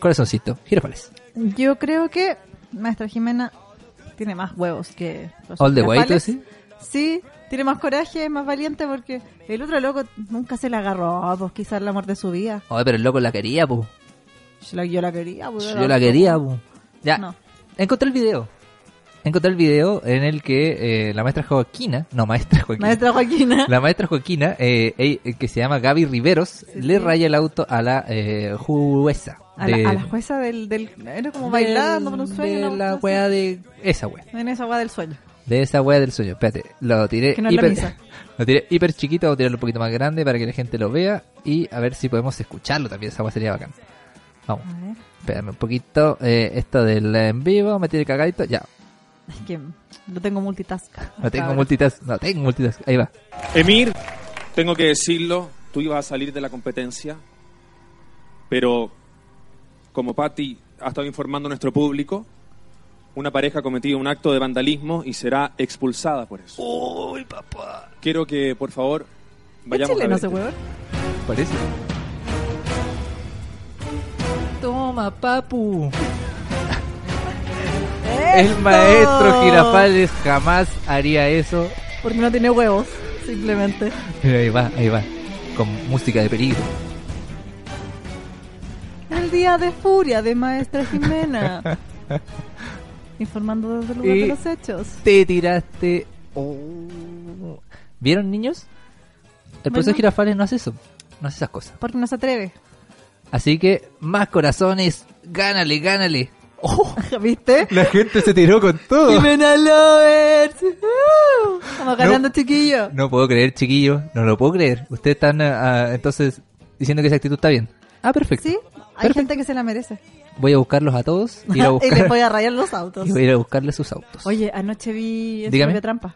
Speaker 4: corazoncito, Girafales.
Speaker 3: Yo creo que maestra Jimena tiene más huevos que los
Speaker 4: All the way,
Speaker 3: Girafales.
Speaker 4: ¿tú decís?
Speaker 3: Sí, tiene más coraje, es más valiente porque el otro loco nunca se la agarró, pues quizás el amor de su vida.
Speaker 4: Oye, pero el loco la quería, pu.
Speaker 3: Yo la, yo la quería, pues,
Speaker 4: Yo
Speaker 3: era-
Speaker 4: la quería, pu. Ya,
Speaker 3: No.
Speaker 4: encontré el video. Encontré el video en el que eh, la maestra Joaquina, no, maestra Joaquina.
Speaker 3: Maestra Joaquina.
Speaker 4: La maestra Joaquina, eh, ey- eh, que se llama Gaby Riveros, le raya el auto a la eh, jueza.
Speaker 3: A, la,
Speaker 4: de-
Speaker 3: a la jueza del, del... Era como
Speaker 4: del-
Speaker 3: bailando por un sueño.
Speaker 4: de
Speaker 3: una
Speaker 4: la
Speaker 3: cuestión
Speaker 4: wea de. Esa wea.
Speaker 3: así. En esa wea del sueño.
Speaker 4: De esa wea del sueño. Espérate, lo tiré.
Speaker 3: Que no es la
Speaker 4: hiper,
Speaker 3: misa.
Speaker 4: lo tiré hiper chiquito, voy a tirarlo un poquito más grande para que la gente lo vea y a ver si podemos escucharlo también. Esa wea sería bacán. Vamos,
Speaker 3: A ver,
Speaker 4: espérame un poquito. eh, esto del en vivo, me tiré cagadito. Ya,
Speaker 3: es que no tengo multitask.
Speaker 4: no tengo
Speaker 3: Ahora.
Speaker 4: multitask. No tengo multitask. Ahí va.
Speaker 8: Emir, tengo que decirlo, tú ibas a salir de la competencia, pero como Patti ha estado informando a nuestro público, una pareja ha cometido un acto de vandalismo y será expulsada por eso. ¡Uy, papá! Quiero que, por favor,
Speaker 3: ¿Es
Speaker 8: vayamos a
Speaker 3: chileno
Speaker 8: ver
Speaker 3: ese
Speaker 8: este.
Speaker 3: hueón?
Speaker 4: Parece. Toma, papu. El maestro Girafales jamás haría eso.
Speaker 3: Porque no tiene huevos, simplemente.
Speaker 4: Mira, ahí va, ahí va. Con música de peligro.
Speaker 3: El día de furia de Maestra Jimena. Informando desde el lugar
Speaker 4: Y-
Speaker 3: de los hechos.
Speaker 4: Te tiraste. Oh. ¿Vieron, niños? El profesor
Speaker 3: Bueno.
Speaker 4: Girafales no hace eso. No hace esas cosas.
Speaker 3: Porque no se atreve.
Speaker 4: Así que, más corazones. Gánale, gánale. Oh,
Speaker 3: ¿Viste?
Speaker 4: la gente se tiró con todo.
Speaker 3: Jimena Lovers. ¡Uh! Estamos ganando, chiquillo.
Speaker 4: No puedo creer, chiquillos. No lo puedo creer. Ustedes están ah, ah, entonces diciendo que esa actitud está bien. Ah, perfecto.
Speaker 3: Sí, hay
Speaker 4: Perfecto.
Speaker 3: gente que se la merece.
Speaker 4: Voy a buscarlos a todos.
Speaker 3: Y,
Speaker 4: Ir a buscar-
Speaker 3: les voy a rayar los autos.
Speaker 4: y voy a ir a buscarles sus autos.
Speaker 3: Oye, anoche vi en
Speaker 4: Dígame.
Speaker 3: Serbia Trampa.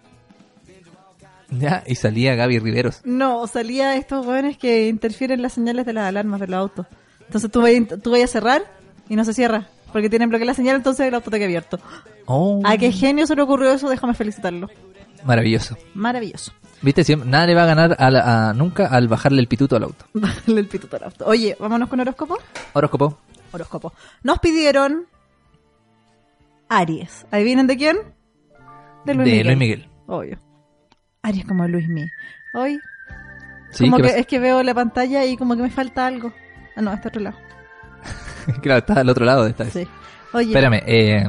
Speaker 4: Ya, y salía Gaby Riveros.
Speaker 3: No, salía estos jóvenes que interfieren las señales de las alarmas de los autos. Entonces tú vayas tú vayas a cerrar y no se cierra. Porque tienen bloqueada la señal, entonces el auto te queda abierto.
Speaker 4: Oh,
Speaker 3: ¿A qué genio se le ocurrió eso? Déjame felicitarlo.
Speaker 4: Maravilloso.
Speaker 3: Maravilloso.
Speaker 4: Viste, siempre, nada le va a ganar a la- a- nunca al bajarle el pituto al auto.
Speaker 3: Bájale el pituto al auto. Oye, vámonos con horóscopo.
Speaker 4: Horóscopo.
Speaker 3: Horóscopo. Nos pidieron Aries. ¿Adivinen de quién?
Speaker 4: De Luis Miguel.
Speaker 3: Obvio. Aries como Luis Miguel. Hoy
Speaker 4: Sí,
Speaker 3: como
Speaker 4: ¿qué
Speaker 3: que
Speaker 4: pasa?
Speaker 3: es que veo la pantalla y como que me falta algo. Ah, no, está otro lado.
Speaker 4: claro, está al otro lado de esta vez.
Speaker 3: Sí. Oye,
Speaker 4: Espérame, eh,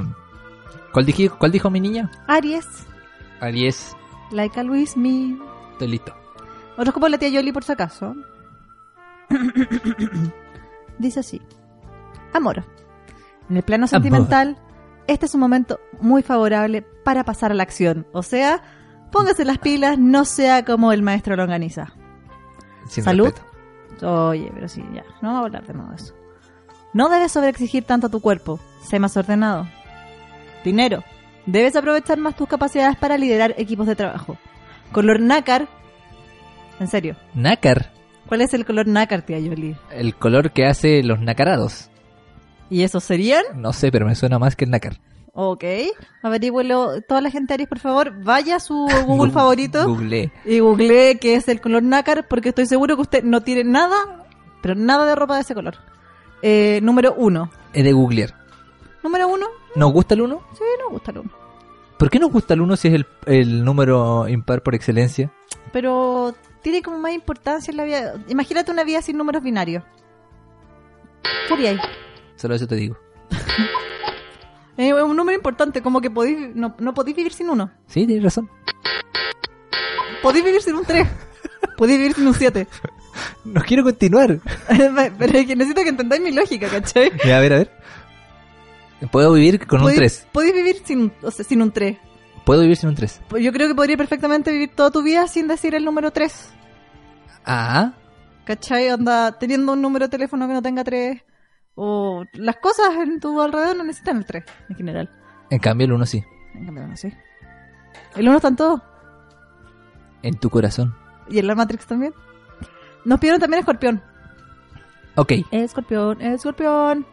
Speaker 4: ¿cuál, dije- ¿cuál dijo mi niña?
Speaker 3: Aries,
Speaker 4: Aries,
Speaker 3: like a Luis mi.
Speaker 4: estoy listo.
Speaker 3: Horóscopo de la tía Yoli por si acaso. Dice así. Amor. En el plano sentimental, este es un momento muy favorable para pasar a la acción. O sea, póngase las pilas, no sea como el maestro lo organiza.
Speaker 4: Sin
Speaker 3: Salud.
Speaker 4: respeto.
Speaker 3: Oye, pero sí, ya, no vamos a hablar de nuevo de eso. No debes sobreexigir tanto a tu cuerpo, sé más ordenado. Dinero, debes aprovechar más tus capacidades para liderar equipos de trabajo. Color nácar, en serio,
Speaker 4: Nácar,
Speaker 3: ¿cuál es el color nácar, tía Yoli?
Speaker 4: el color que hace los nacarados.
Speaker 3: ¿Y esos serían?
Speaker 4: No sé, pero me suena más que el nácar.
Speaker 3: Ok, averígüelo. Toda la gente Aries, por favor, vaya a su Google favorito
Speaker 4: Google.
Speaker 3: y googlee qué es el color nácar, porque estoy seguro que usted no tiene nada, pero nada de ropa de ese color. Eh, número uno.
Speaker 4: He de googlear.
Speaker 3: Número uno,
Speaker 4: ¿Nos gusta el 1?
Speaker 3: Sí, nos gusta el uno.
Speaker 4: ¿Por qué nos gusta el 1 si es el, el número impar por excelencia?
Speaker 3: Pero tiene como más importancia en la vida. Imagínate una vida sin números binarios. ¿Qué haría ahí?
Speaker 4: Solo eso te digo.
Speaker 3: Es un número importante, como que podéis, no, no podéis vivir sin uno.
Speaker 4: Sí, tienes razón.
Speaker 3: Podéis vivir sin un 3. Podéis vivir sin un 7.
Speaker 4: No quiero continuar.
Speaker 3: Pero es que necesito que entendáis mi lógica, ¿cachai?
Speaker 4: Ya, a ver, a ver. Puedo vivir con un
Speaker 3: Podéis-
Speaker 4: 3.
Speaker 3: Podéis vivir sin, o sea, sin un 3.
Speaker 4: Puedo vivir sin un 3.
Speaker 3: Yo creo que podría perfectamente vivir toda tu vida sin decir el número 3.
Speaker 4: Ah,
Speaker 3: ¿Cachai? Onda, teniendo un número de teléfono que no tenga 3. O las cosas en tu alrededor no necesitan el 3, en general.
Speaker 4: en cambio el 1 sí.
Speaker 3: En cambio, no sé. El 1 está en todo.
Speaker 4: En tu corazón.
Speaker 3: Y en la Matrix también. Nos pidieron también escorpión.
Speaker 4: Ok.
Speaker 3: Escorpión, escorpión.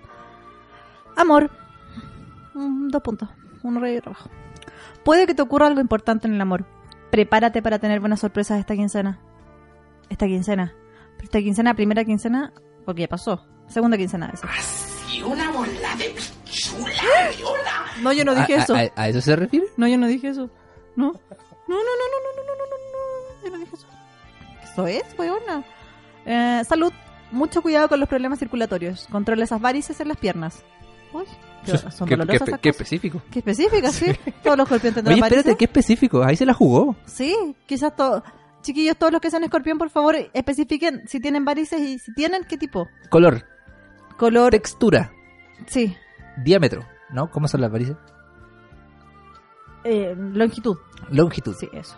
Speaker 3: Amor. Mm, Dos puntos. Un rey abajo. Puede que te ocurra algo importante en el amor. Prepárate para tener buenas sorpresas esta quincena. Esta quincena. Pero esta quincena, primera quincena, porque ya pasó. Segunda quincena. Eso. ¡Ah! No, yo no dije
Speaker 4: ¿A- a-
Speaker 3: eso.
Speaker 4: a- ¿A eso se refiere?
Speaker 3: No, yo no dije eso. No. No, no, no, no, no, no, no, no, no, no. Yo no dije eso. Eso es, weona. Eh, salud. Mucho cuidado con los problemas circulatorios. Controla esas varices en las piernas. Uy, qué- son
Speaker 4: Qué-
Speaker 3: dolorosas
Speaker 4: qué-
Speaker 3: esas
Speaker 4: qué
Speaker 3: cosas.
Speaker 4: específico.
Speaker 3: Qué específica, sí. Todos los escorpión tendrán
Speaker 4: Oye,
Speaker 3: varices.
Speaker 4: espérate, qué específico. Ahí se la jugó.
Speaker 3: Sí, quizás todos. Chiquillos, todos los que sean escorpión, por favor, especifiquen si tienen varices y si tienen, qué tipo.
Speaker 4: Color,
Speaker 3: Color.
Speaker 4: textura,
Speaker 3: Sí.
Speaker 4: diámetro. ¿No? ¿Cómo son las varices?
Speaker 3: Eh, longitud.
Speaker 4: Longitud.
Speaker 3: Sí, eso.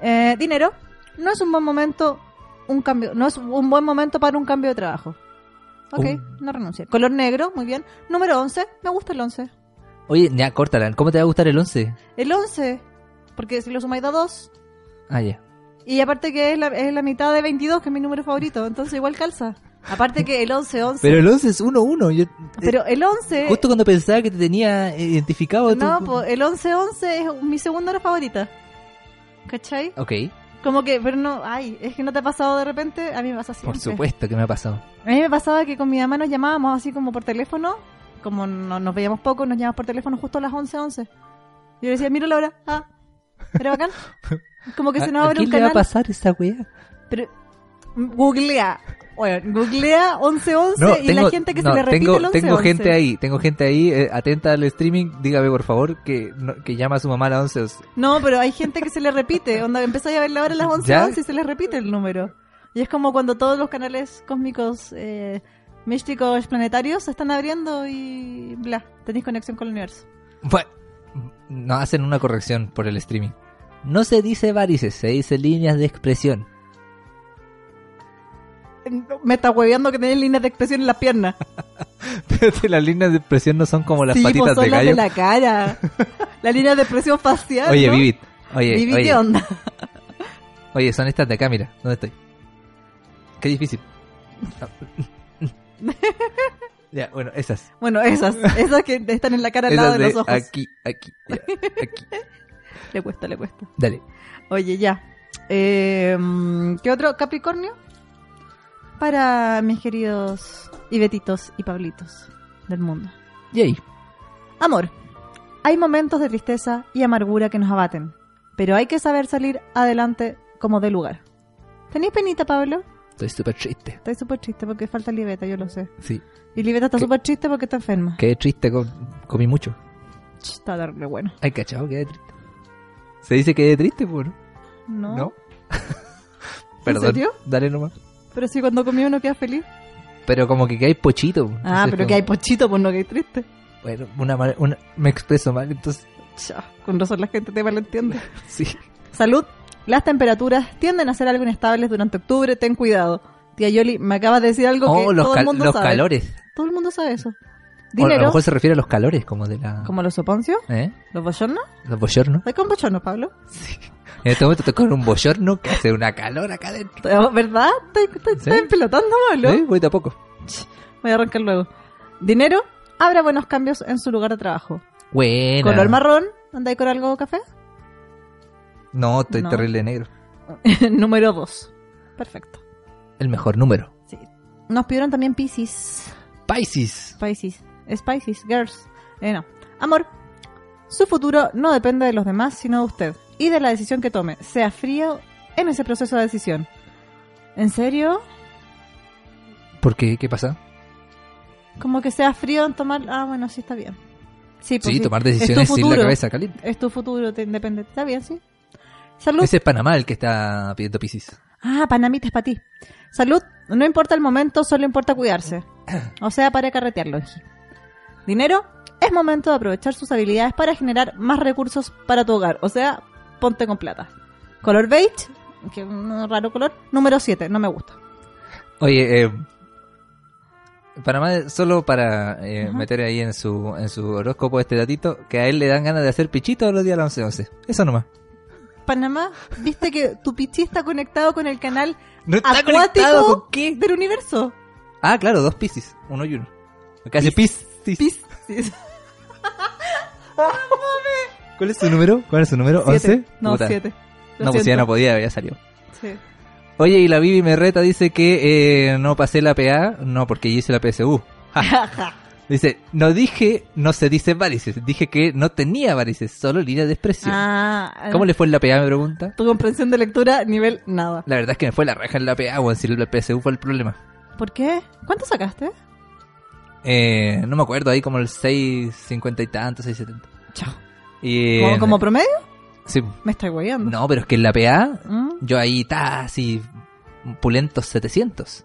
Speaker 3: Eh, dinero. No es un buen momento un cambio. No es un buen momento para un cambio de trabajo. Ok,
Speaker 4: Un-
Speaker 3: no renuncia. Color negro, muy bien. Número 11. Me gusta el 11.
Speaker 4: Oye, ya, córtala. ¿Cómo te va a gustar el 11?
Speaker 3: El 11. Porque si lo sumáis da 2.
Speaker 4: Ah, ya.
Speaker 3: Y aparte que es la, es la mitad de 22, que es mi número favorito. Entonces igual calza. Aparte que el 11, 11. Pero,
Speaker 4: Pero el 11 es 1-1. Yo- eh,
Speaker 3: el 11.
Speaker 4: Justo cuando pensaba que te tenía eh, identificado. tú-
Speaker 3: eh, no, po, el 11, 11 es mi segunda hora favorita. ¿Cachai?
Speaker 4: Ok,
Speaker 3: Como que, pero no, ay, es que no te ha pasado de repente. A mí me pasa siempre.
Speaker 4: por supuesto que me ha pasado.
Speaker 3: A mí me pasaba que con mi mamá nos llamábamos así como por teléfono, como no, nos veíamos poco, nos llamábamos por teléfono justo a las 11, 11. Yo le decía, mira la hora, ah, era bacán. Como que se nos
Speaker 4: ¿A- a
Speaker 3: abre un
Speaker 4: quién Ah, le va a
Speaker 3: canal.
Speaker 4: pasar esa weá?
Speaker 3: Pero googlea, bueno, googlea 11, 11 y la gente que
Speaker 4: no,
Speaker 3: se le repite
Speaker 4: tengo,
Speaker 3: el 11,
Speaker 4: tengo
Speaker 3: 11.
Speaker 4: gente ahí, tengo gente ahí eh, atenta al streaming. Dígame por favor que, no- que llama a su mamá a las 11. o sea,
Speaker 3: No, pero hay gente que se le repite, onda, empezáis a ver la hora a las 11,
Speaker 4: ¿Ya?
Speaker 3: 11 y se les repite el número. Y es como cuando todos los canales cósmicos, eh, místicos, planetarios se están abriendo y bla, tenéis conexión con el universo.
Speaker 4: Bueno, no hacen una corrección por el streaming. No se dice varices, se dice líneas de expresión.
Speaker 3: Me está hueveando que tenés líneas de expresión en las piernas.
Speaker 4: Espérate, las líneas de expresión no son como las
Speaker 3: Sí, pues,
Speaker 4: patitas
Speaker 3: son
Speaker 4: de
Speaker 3: las
Speaker 4: gallo.
Speaker 3: de la cara. Las líneas de expresión facial.
Speaker 4: Oye,
Speaker 3: ¿no?
Speaker 4: Vivit, oye,
Speaker 3: Vivi,
Speaker 4: oye,
Speaker 3: ¿qué onda?
Speaker 4: oye, son estas de acá, mira, ¿dónde estoy? Qué difícil. ya, bueno, esas.
Speaker 3: Bueno, esas. Esas que están en la cara al lado
Speaker 4: Esas
Speaker 3: de,
Speaker 4: de
Speaker 3: los ojos.
Speaker 4: aquí, aquí, ya, aquí.
Speaker 3: Le cuesta, le cuesta.
Speaker 4: Dale.
Speaker 3: Oye, ya. Eh, ¿Qué otro? Capricornio. Para mis queridos Ibetitos y Pablitos del mundo.
Speaker 4: Yay.
Speaker 3: Amor, hay momentos de tristeza y amargura que nos abaten, pero hay que saber salir adelante como de lugar. ¿Tenéis penita, Pablo?
Speaker 4: Estoy súper triste.
Speaker 3: Estoy súper triste porque falta Libeta, yo lo sé.
Speaker 4: Sí.
Speaker 3: Y Libeta está
Speaker 4: ¿Qué?
Speaker 3: súper triste porque está enferma.
Speaker 4: Qué triste, com- comí mucho.
Speaker 3: Ch, Está darle bueno.
Speaker 4: Ay, cachao, quedé triste. Se dice que quedé triste, pues, ¿no?
Speaker 3: No.
Speaker 4: ¿No? Perdón.
Speaker 3: serio?
Speaker 4: Dale nomás.
Speaker 3: Pero sí, cuando comí uno queda feliz.
Speaker 4: Pero como que, que hay pochito.
Speaker 3: Ah,
Speaker 4: Entonces,
Speaker 3: pero
Speaker 4: como-
Speaker 3: que hay pochito, pues no que hay triste.
Speaker 4: Bueno, una, mal- una- me expreso mal, entonces
Speaker 3: Cha, con razón la gente te malentiende.
Speaker 4: sí.
Speaker 3: Salud. Las temperaturas tienden a ser algo inestables durante octubre. Ten cuidado. Tía Yoli, me acabas de decir algo
Speaker 4: Oh,
Speaker 3: que
Speaker 4: los,
Speaker 3: todo
Speaker 4: cal-
Speaker 3: el mundo
Speaker 4: los
Speaker 3: sabe.
Speaker 4: calores.
Speaker 3: Todo el mundo sabe eso.
Speaker 4: O a lo
Speaker 3: Dinero.
Speaker 4: mejor se refiere a los calores, como de la...
Speaker 3: ¿Como los soponcios?
Speaker 4: ¿Eh?
Speaker 3: ¿Los bochornos?
Speaker 4: Los bochornos.
Speaker 3: ¿Estás con bochornos, Pablo?
Speaker 4: En este momento estoy con un bochorno que hace una calor acá adentro.
Speaker 3: ¿Verdad? ¿Estás- ¿Estás
Speaker 4: ¿Sí?
Speaker 3: estás pelotando, Pablo?
Speaker 4: ¿Eh? Voy de a poco.
Speaker 3: Voy a arrancar luego. Dinero. Habrá buenos cambios en su lugar de trabajo.
Speaker 4: Buena.
Speaker 3: Color marrón. ¿Andáis con algo café?
Speaker 4: No, estoy
Speaker 3: No.
Speaker 4: terrible de negro.
Speaker 3: Número 2. Perfecto.
Speaker 4: El mejor número.
Speaker 3: Nos pidieron también Pisces.
Speaker 4: Pisces.
Speaker 3: Pisces. Es Pisces, girls. Eh, no. Amor. Su futuro no depende de los demás, sino de usted. Y de la decisión que tome. Sea frío en ese proceso de decisión. ¿En serio?
Speaker 4: ¿Por qué? ¿Qué pasa?
Speaker 3: Como que sea frío en tomar... Ah, bueno, sí está bien. Sí, pues
Speaker 4: Sí,
Speaker 3: sí.
Speaker 4: tomar
Speaker 3: Es tu
Speaker 4: decisiones sin la
Speaker 3: futuro.
Speaker 4: cabeza caliente.
Speaker 3: Es tu futuro, te depende. Está bien, sí. Salud.
Speaker 4: Ese es Panamá el que está pidiendo Piscis.
Speaker 3: Ah, Panamita es para ti. Salud, no importa el momento, solo importa cuidarse. O sea, para carretearlo. Dinero, es momento de aprovechar sus habilidades para generar más recursos para tu hogar. O sea, ponte con plata. Color beige, que es un raro color. Número 7, no me gusta.
Speaker 4: Oye, eh, Panamá, solo para eh,
Speaker 3: Ajá.
Speaker 4: meter ahí en su, en su horóscopo este datito, que a él le dan ganas de hacer pichito todos los días a las 11.11. Eso nomás.
Speaker 3: Panamá, viste que tu pichí está conectado con el canal
Speaker 4: ¿No
Speaker 3: acuático
Speaker 4: con qué?
Speaker 3: del universo.
Speaker 4: Ah, claro, dos Piscis. Uno y uno. Acá hace Piscis.
Speaker 3: Piscis.
Speaker 4: ¿Cuál es su número? ¿Cuál es su número?
Speaker 3: Siete.
Speaker 4: ¿11?
Speaker 3: No,
Speaker 4: Puta.
Speaker 3: 7.
Speaker 4: No, pues ya no podía, ya salió.
Speaker 3: Sí.
Speaker 4: Oye, y la Vivi Merreta dice que eh, no pasé la PA, no, porque hice la PSU. Ah. dice, no dije, no se dice varices, dije que no tenía varices, solo línea de expresión.
Speaker 3: Ah,
Speaker 4: ¿Cómo le fue en la PA, me pregunta?
Speaker 3: Tu comprensión de lectura, nivel nada.
Speaker 4: La verdad es que me fue la raja en la PA, o en si la PSU fue el problema.
Speaker 3: ¿Por qué? ¿Cuánto sacaste?
Speaker 4: Eh, no me acuerdo, ahí como el 6.50 y tanto, 6.70.
Speaker 3: Chao.
Speaker 4: Y,
Speaker 3: ¿Como,
Speaker 4: en-
Speaker 3: como promedio?
Speaker 4: sí.
Speaker 3: Me estoy guayando.
Speaker 4: No, pero es que en la PA,
Speaker 3: ¿Mm?
Speaker 4: yo ahí, ta, así, pulentos 700.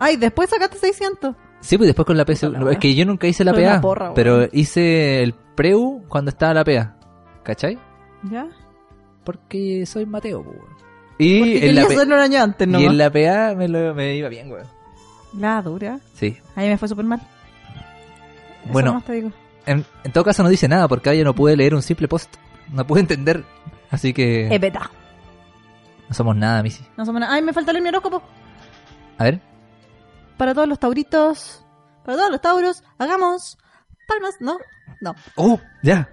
Speaker 3: Ay, después sacaste 600.
Speaker 4: Sí, pues después con la PSU.
Speaker 3: Puta la
Speaker 4: No,
Speaker 3: wea.
Speaker 4: es que yo nunca hice la
Speaker 3: Soy una
Speaker 4: PA,
Speaker 3: porra, weón.
Speaker 4: pero hice el preu cuando estaba la PA. ¿Cachai?
Speaker 3: ¿Ya?
Speaker 4: Porque soy Mateo, po, weón.
Speaker 3: Porque
Speaker 4: Y en, la
Speaker 3: quería
Speaker 4: P-
Speaker 3: hacerlo un año antes, ¿no?
Speaker 4: y en la PA me, lo- me iba bien, weón.
Speaker 3: La dura.
Speaker 4: Sí.
Speaker 3: Ahí me fue súper mal. Eso
Speaker 4: Bueno.
Speaker 3: nomás te digo.
Speaker 4: En, en todo caso no dice nada porque ahora yo no pude leer un simple post. No pude entender. Así que
Speaker 3: Es beta.
Speaker 4: no somos nada, Missy.
Speaker 3: No somos nada. Ay, me falta el mi horóscopo.
Speaker 4: A ver.
Speaker 3: Para todos los tauritos. Para todos los tauros. Hagamos. Palmas. No. No.
Speaker 4: ¡Oh! ¡Ya!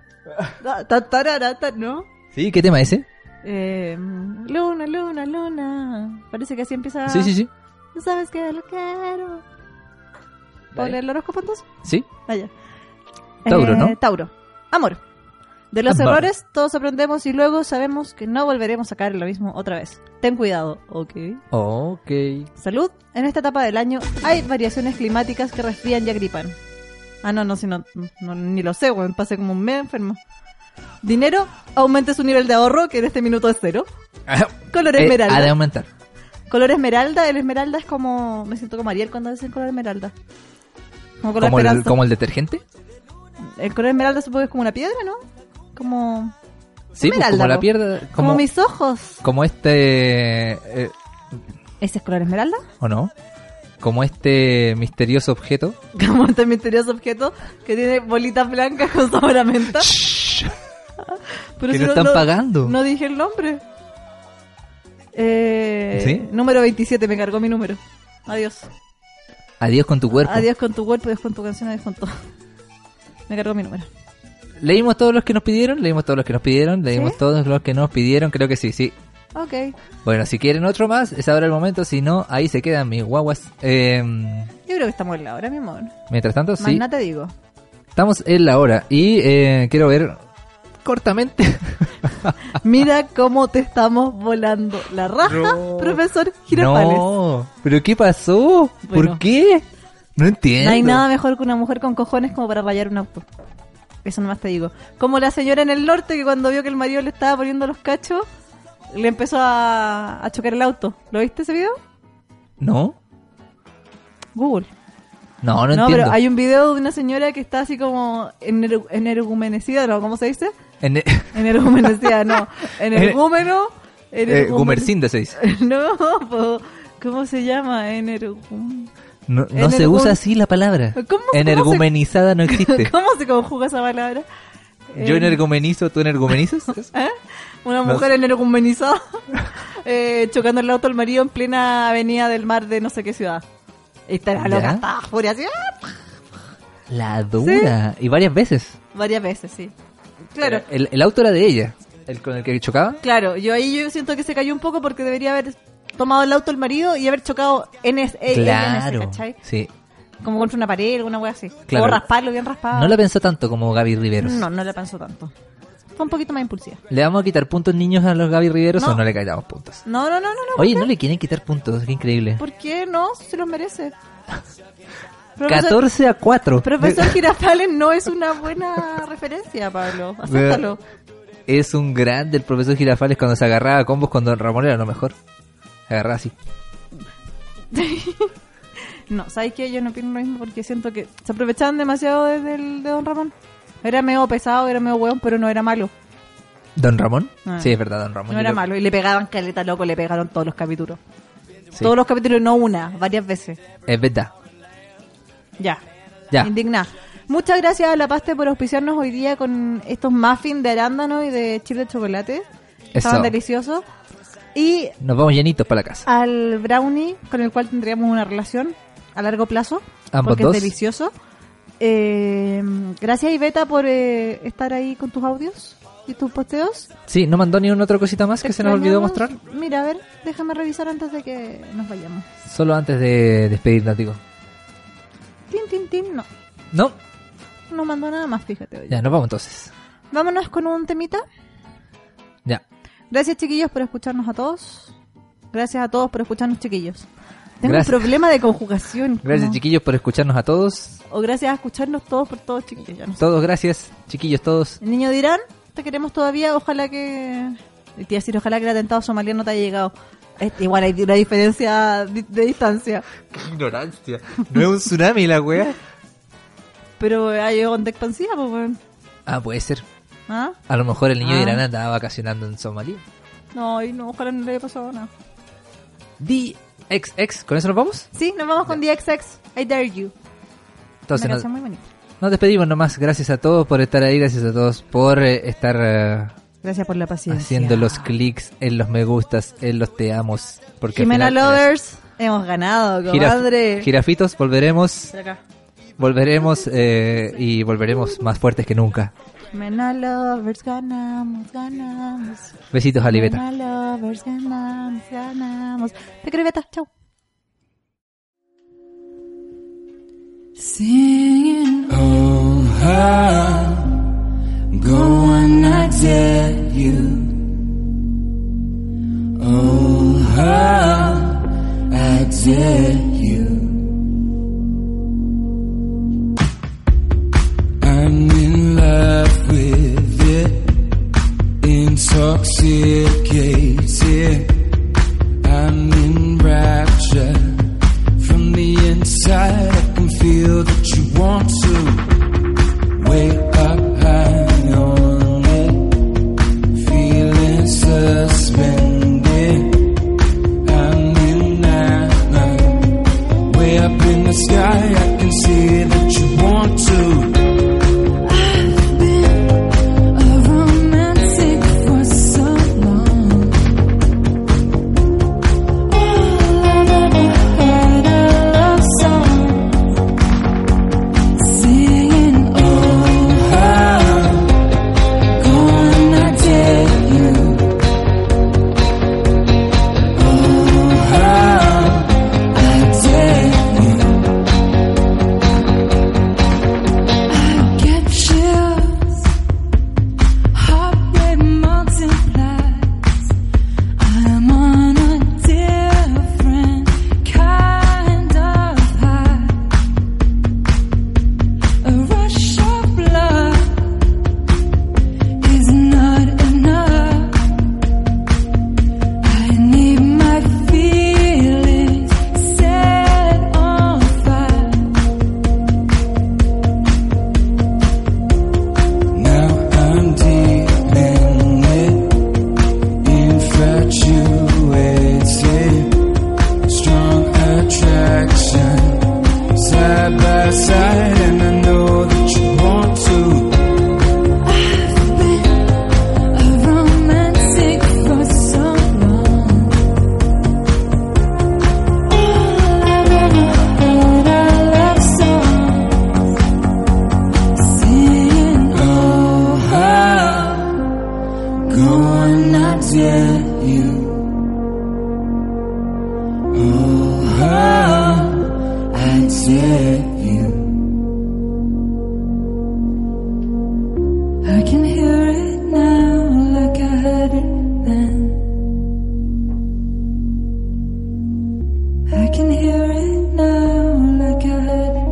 Speaker 3: Ta- ta- tarara, ta- No.
Speaker 4: ¿Sí? ¿Qué tema es ese?
Speaker 3: Eh, luna, luna, luna. Parece que así empieza.
Speaker 4: Sí, sí, sí.
Speaker 3: ¿No sabes que lo quiero? ¿Puedo
Speaker 4: Dale.
Speaker 3: leer el horóscopo entonces?
Speaker 4: ¿Sí?
Speaker 3: Vaya.
Speaker 4: Tauro, ¿no?
Speaker 3: Tauro. Amor. De los
Speaker 4: Amor.
Speaker 3: errores todos aprendemos y luego sabemos que no volveremos a caer en lo mismo otra vez. Ten cuidado, ¿ok?
Speaker 4: Ok.
Speaker 3: Salud. En esta etapa del año hay variaciones climáticas que resfrían y agripan. Ah, no, no, si no, no, ni lo sé, weón. Pasé como un mes enfermo. Dinero, aumente su nivel de ahorro, que en este minuto es cero. Color
Speaker 4: Eh,
Speaker 3: esmeralda.
Speaker 4: ha de aumentar.
Speaker 3: Color esmeralda, el esmeralda es como. Me siento como Ariel cuando dicen color esmeralda. Como color
Speaker 4: ¿Como el,
Speaker 3: esperanza.
Speaker 4: ¿Como el detergente?
Speaker 3: El color esmeralda supongo que es como una piedra, ¿no? Como.
Speaker 4: Sí, pues,
Speaker 3: Esmeralda,
Speaker 4: como la
Speaker 3: po.
Speaker 4: pierda. Como,
Speaker 3: Como, mis ojos.
Speaker 4: como este... eh,
Speaker 3: ¿Ese es color esmeralda?
Speaker 4: ¿O no? Como este misterioso objeto.
Speaker 3: Como este misterioso objeto que tiene bolitas blancas con sabor a menta. Pero
Speaker 4: que
Speaker 3: si
Speaker 4: no
Speaker 3: no-
Speaker 4: están
Speaker 3: no-
Speaker 4: pagando.
Speaker 3: No dije el nombre. Eh,
Speaker 4: ¿Sí?
Speaker 3: Número 27, me cargó mi número. Adiós.
Speaker 4: Adiós con tu cuerpo.
Speaker 3: Adiós con tu cuerpo, adiós con tu canción, adiós con todo. Me cargó mi número.
Speaker 4: Leímos todos los que nos pidieron, leímos todos los que nos pidieron, leímos todos los que nos pidieron, creo que sí, sí.
Speaker 3: Ok.
Speaker 4: Bueno, si quieren otro más, es ahora el momento, si no, ahí se quedan mis guaguas. Eh,
Speaker 3: Yo creo que estamos en la hora, mi amor.
Speaker 4: mientras tanto,
Speaker 3: Más
Speaker 4: sí,
Speaker 3: nada te digo.
Speaker 4: estamos en la hora y eh, quiero ver cortamente.
Speaker 3: Mira cómo te estamos volando la raja, profesor Girafales. No,
Speaker 4: no, pero ¿qué pasó?
Speaker 3: Bueno.
Speaker 4: ¿Por qué? No entiendo.
Speaker 3: hay nada mejor que una mujer con cojones como para rayar un auto. Eso nomás te digo. Como la señora en el norte que cuando vio que el marido le estaba poniendo los cachos, le empezó a, a chocar el auto. ¿Lo viste ese video?
Speaker 4: ¿No?
Speaker 3: Google.
Speaker 4: No, no,
Speaker 3: No,
Speaker 4: entiendo.
Speaker 3: pero hay un video de una señora que está así como ener- energumenecida, ¿no? ¿Cómo se dice?
Speaker 4: En, eh,
Speaker 3: Energumenecida, no. Energúmeno. energumen-
Speaker 4: Gumercinda Eh, se dice.
Speaker 3: No, po, ¿cómo se llama? Energum.
Speaker 4: No, no
Speaker 3: En
Speaker 4: se
Speaker 3: el
Speaker 4: usa
Speaker 3: gun-
Speaker 4: así la palabra.
Speaker 3: ¿Cómo- cómo se-
Speaker 4: Energumenizada no existe.
Speaker 3: ¿Cómo se conjuga esa palabra?
Speaker 4: Yo
Speaker 3: En-
Speaker 4: energumenizo, tú energumenizas.
Speaker 3: ¿Eh? Una
Speaker 4: no
Speaker 3: mujer energumenizada eh, chocando el auto al marido en plena avenida del mar de no sé qué ciudad. Y está la
Speaker 4: ¿Ya?
Speaker 3: loca, está furia así, ¡ah!
Speaker 4: La dura. Y varias veces.
Speaker 3: varias veces, sí. Claro,
Speaker 4: El, el auto era de ella. El con el que chocaba.
Speaker 3: claro. Yo ahí yo siento que se cayó un poco porque debería haber tomado el auto el marido y haber chocado en es- eh, ella en ese,
Speaker 4: claro.
Speaker 3: ¿cachai?
Speaker 4: Sí.
Speaker 3: Como contra una pared, alguna wea así.
Speaker 4: Claro.
Speaker 3: O rasparlo bien raspado.
Speaker 4: No la pensó tanto como Gaby Riveros.
Speaker 3: Ah. no, no la pensó tanto. Fue un poquito más impulsiva.
Speaker 4: ¿Le vamos a quitar puntos niños a los Gaby Riveros
Speaker 3: No.
Speaker 4: o no le quitamos puntos?
Speaker 3: No, no, no, no, no.
Speaker 4: Oye, no le quieren quitar puntos, qué increíble.
Speaker 3: ¿Por qué no? Se los merece. Profesor-
Speaker 4: 14 a 4.
Speaker 3: Profesor Girafales no es una buena referencia, Pablo. Acéptalo.
Speaker 4: Es un grande el profesor Girafales cuando se agarraba a combos con Don Ramón era lo mejor. Se agarraba así.
Speaker 3: No, ¿sabes qué? Yo no opino lo mismo porque siento que se aprovechaban demasiado de, del- de Don Ramón. Era medio pesado, era medio hueón, pero no era malo.
Speaker 4: ¿Don Ramón?
Speaker 3: Ah.
Speaker 4: Sí, es verdad, Don Ramón.
Speaker 3: No
Speaker 4: Yo
Speaker 3: era
Speaker 4: creo-
Speaker 3: malo. Y le pegaban caleta loco, le pegaron todos los capítulos.
Speaker 4: sí.
Speaker 3: Todos los capítulos, no una, varias veces.
Speaker 4: Es verdad.
Speaker 3: Ya.
Speaker 4: Ya.
Speaker 3: Indigna. Muchas gracias a La Paste por auspiciarnos hoy día con estos muffins de arándano y de chip de chocolate. Estaban
Speaker 4: Eso.
Speaker 3: deliciosos. Y
Speaker 4: Nos vamos llenitos para la casa.
Speaker 3: al brownie con el cual tendríamos una relación a largo plazo
Speaker 4: Ambos
Speaker 3: porque
Speaker 4: dos.
Speaker 3: es delicioso Eh, gracias Iveta por eh, estar ahí con tus audios y tus posteos
Speaker 4: Sí, no mandó ni una otra cosita más que se nos olvidó mostrar.
Speaker 3: Extrañamos- mira a ver déjame revisar antes de que nos vayamos
Speaker 4: Solo antes de despedirnos, digo.
Speaker 3: tin tin tin no
Speaker 4: No,
Speaker 3: no mandó nada más fíjate oye.
Speaker 4: ya nos vamos entonces.
Speaker 3: vámonos con un temita
Speaker 4: Ya.
Speaker 3: gracias chiquillos por escucharnos a todos gracias a todos por escucharnos chiquillos tengo
Speaker 4: Gracias.
Speaker 3: un problema de conjugación
Speaker 4: Gracias,
Speaker 3: como-
Speaker 4: chiquillos, por escucharnos a todos.
Speaker 3: o gracias a escucharnos todos por todos chiquillos ya no sé.
Speaker 4: Todos, gracias, chiquillos, todos.
Speaker 3: El niño de Irán, te queremos todavía, ojalá que... Te iba a decir, ojalá que el atentado somalí no te haya llegado. Es- igual hay una diferencia di- de distancia.
Speaker 4: ignorancia. No es un tsunami la wea.
Speaker 3: Pero hay onda expansiva, pues, weón.
Speaker 4: Ah, puede ser.
Speaker 3: ¿Ah?
Speaker 4: A lo mejor el niño de
Speaker 3: Ah.
Speaker 4: Irán andaba vacacionando en Somalia.
Speaker 3: No, y no, ojalá no le haya pasado nada.
Speaker 4: DXX, ¿con eso nos vamos?
Speaker 3: Sí, nos vamos con DXX, I Dare You.
Speaker 4: Entonces
Speaker 3: una
Speaker 4: nos,
Speaker 3: canción muy bonita.
Speaker 4: nos despedimos nomás. Gracias a todos por estar ahí, gracias a todos por eh, estar eh,
Speaker 3: Gracias por la paciencia.
Speaker 4: haciendo los clics en los me gustas, en los te amos. Porque al
Speaker 3: Jimena
Speaker 4: final, eh,
Speaker 3: Lovers, hemos ganado,
Speaker 4: jiraf-
Speaker 3: compadre.
Speaker 4: jirafitos, volveremos,
Speaker 3: Por acá.
Speaker 4: volveremos eh, y volveremos más fuertes que nunca.
Speaker 3: Jimena Lovers, ganamos, ganamos.
Speaker 4: Besitos a Libeta.
Speaker 3: Jimena Lovers, ganamos, ganamos. Te quiero, Iveta, chau.
Speaker 5: Singing, oh, how going I tell you? Oh, how I tell you? I'm in love with it, intoxicated. I'm in rapture. From the inside, I can feel that you want to. Way up high on it, feeling suspended. I'm in that night. Way up in the sky, I can see that you want to. oh, Now I'm deep in it, infatuated, strong attraction, side by side, and I know that you want to. Oh, how going I tell you? Oh, how I tell you? I can hear it now like I heard it then. I can hear it now like I heard it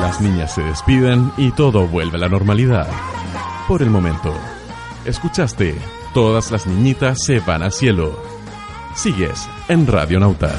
Speaker 2: Las niñas se despiden y todo vuelve a la normalidad. Por el momento, escuchaste, todas las niñitas se van al cielo. Sigues en Radio Nauta.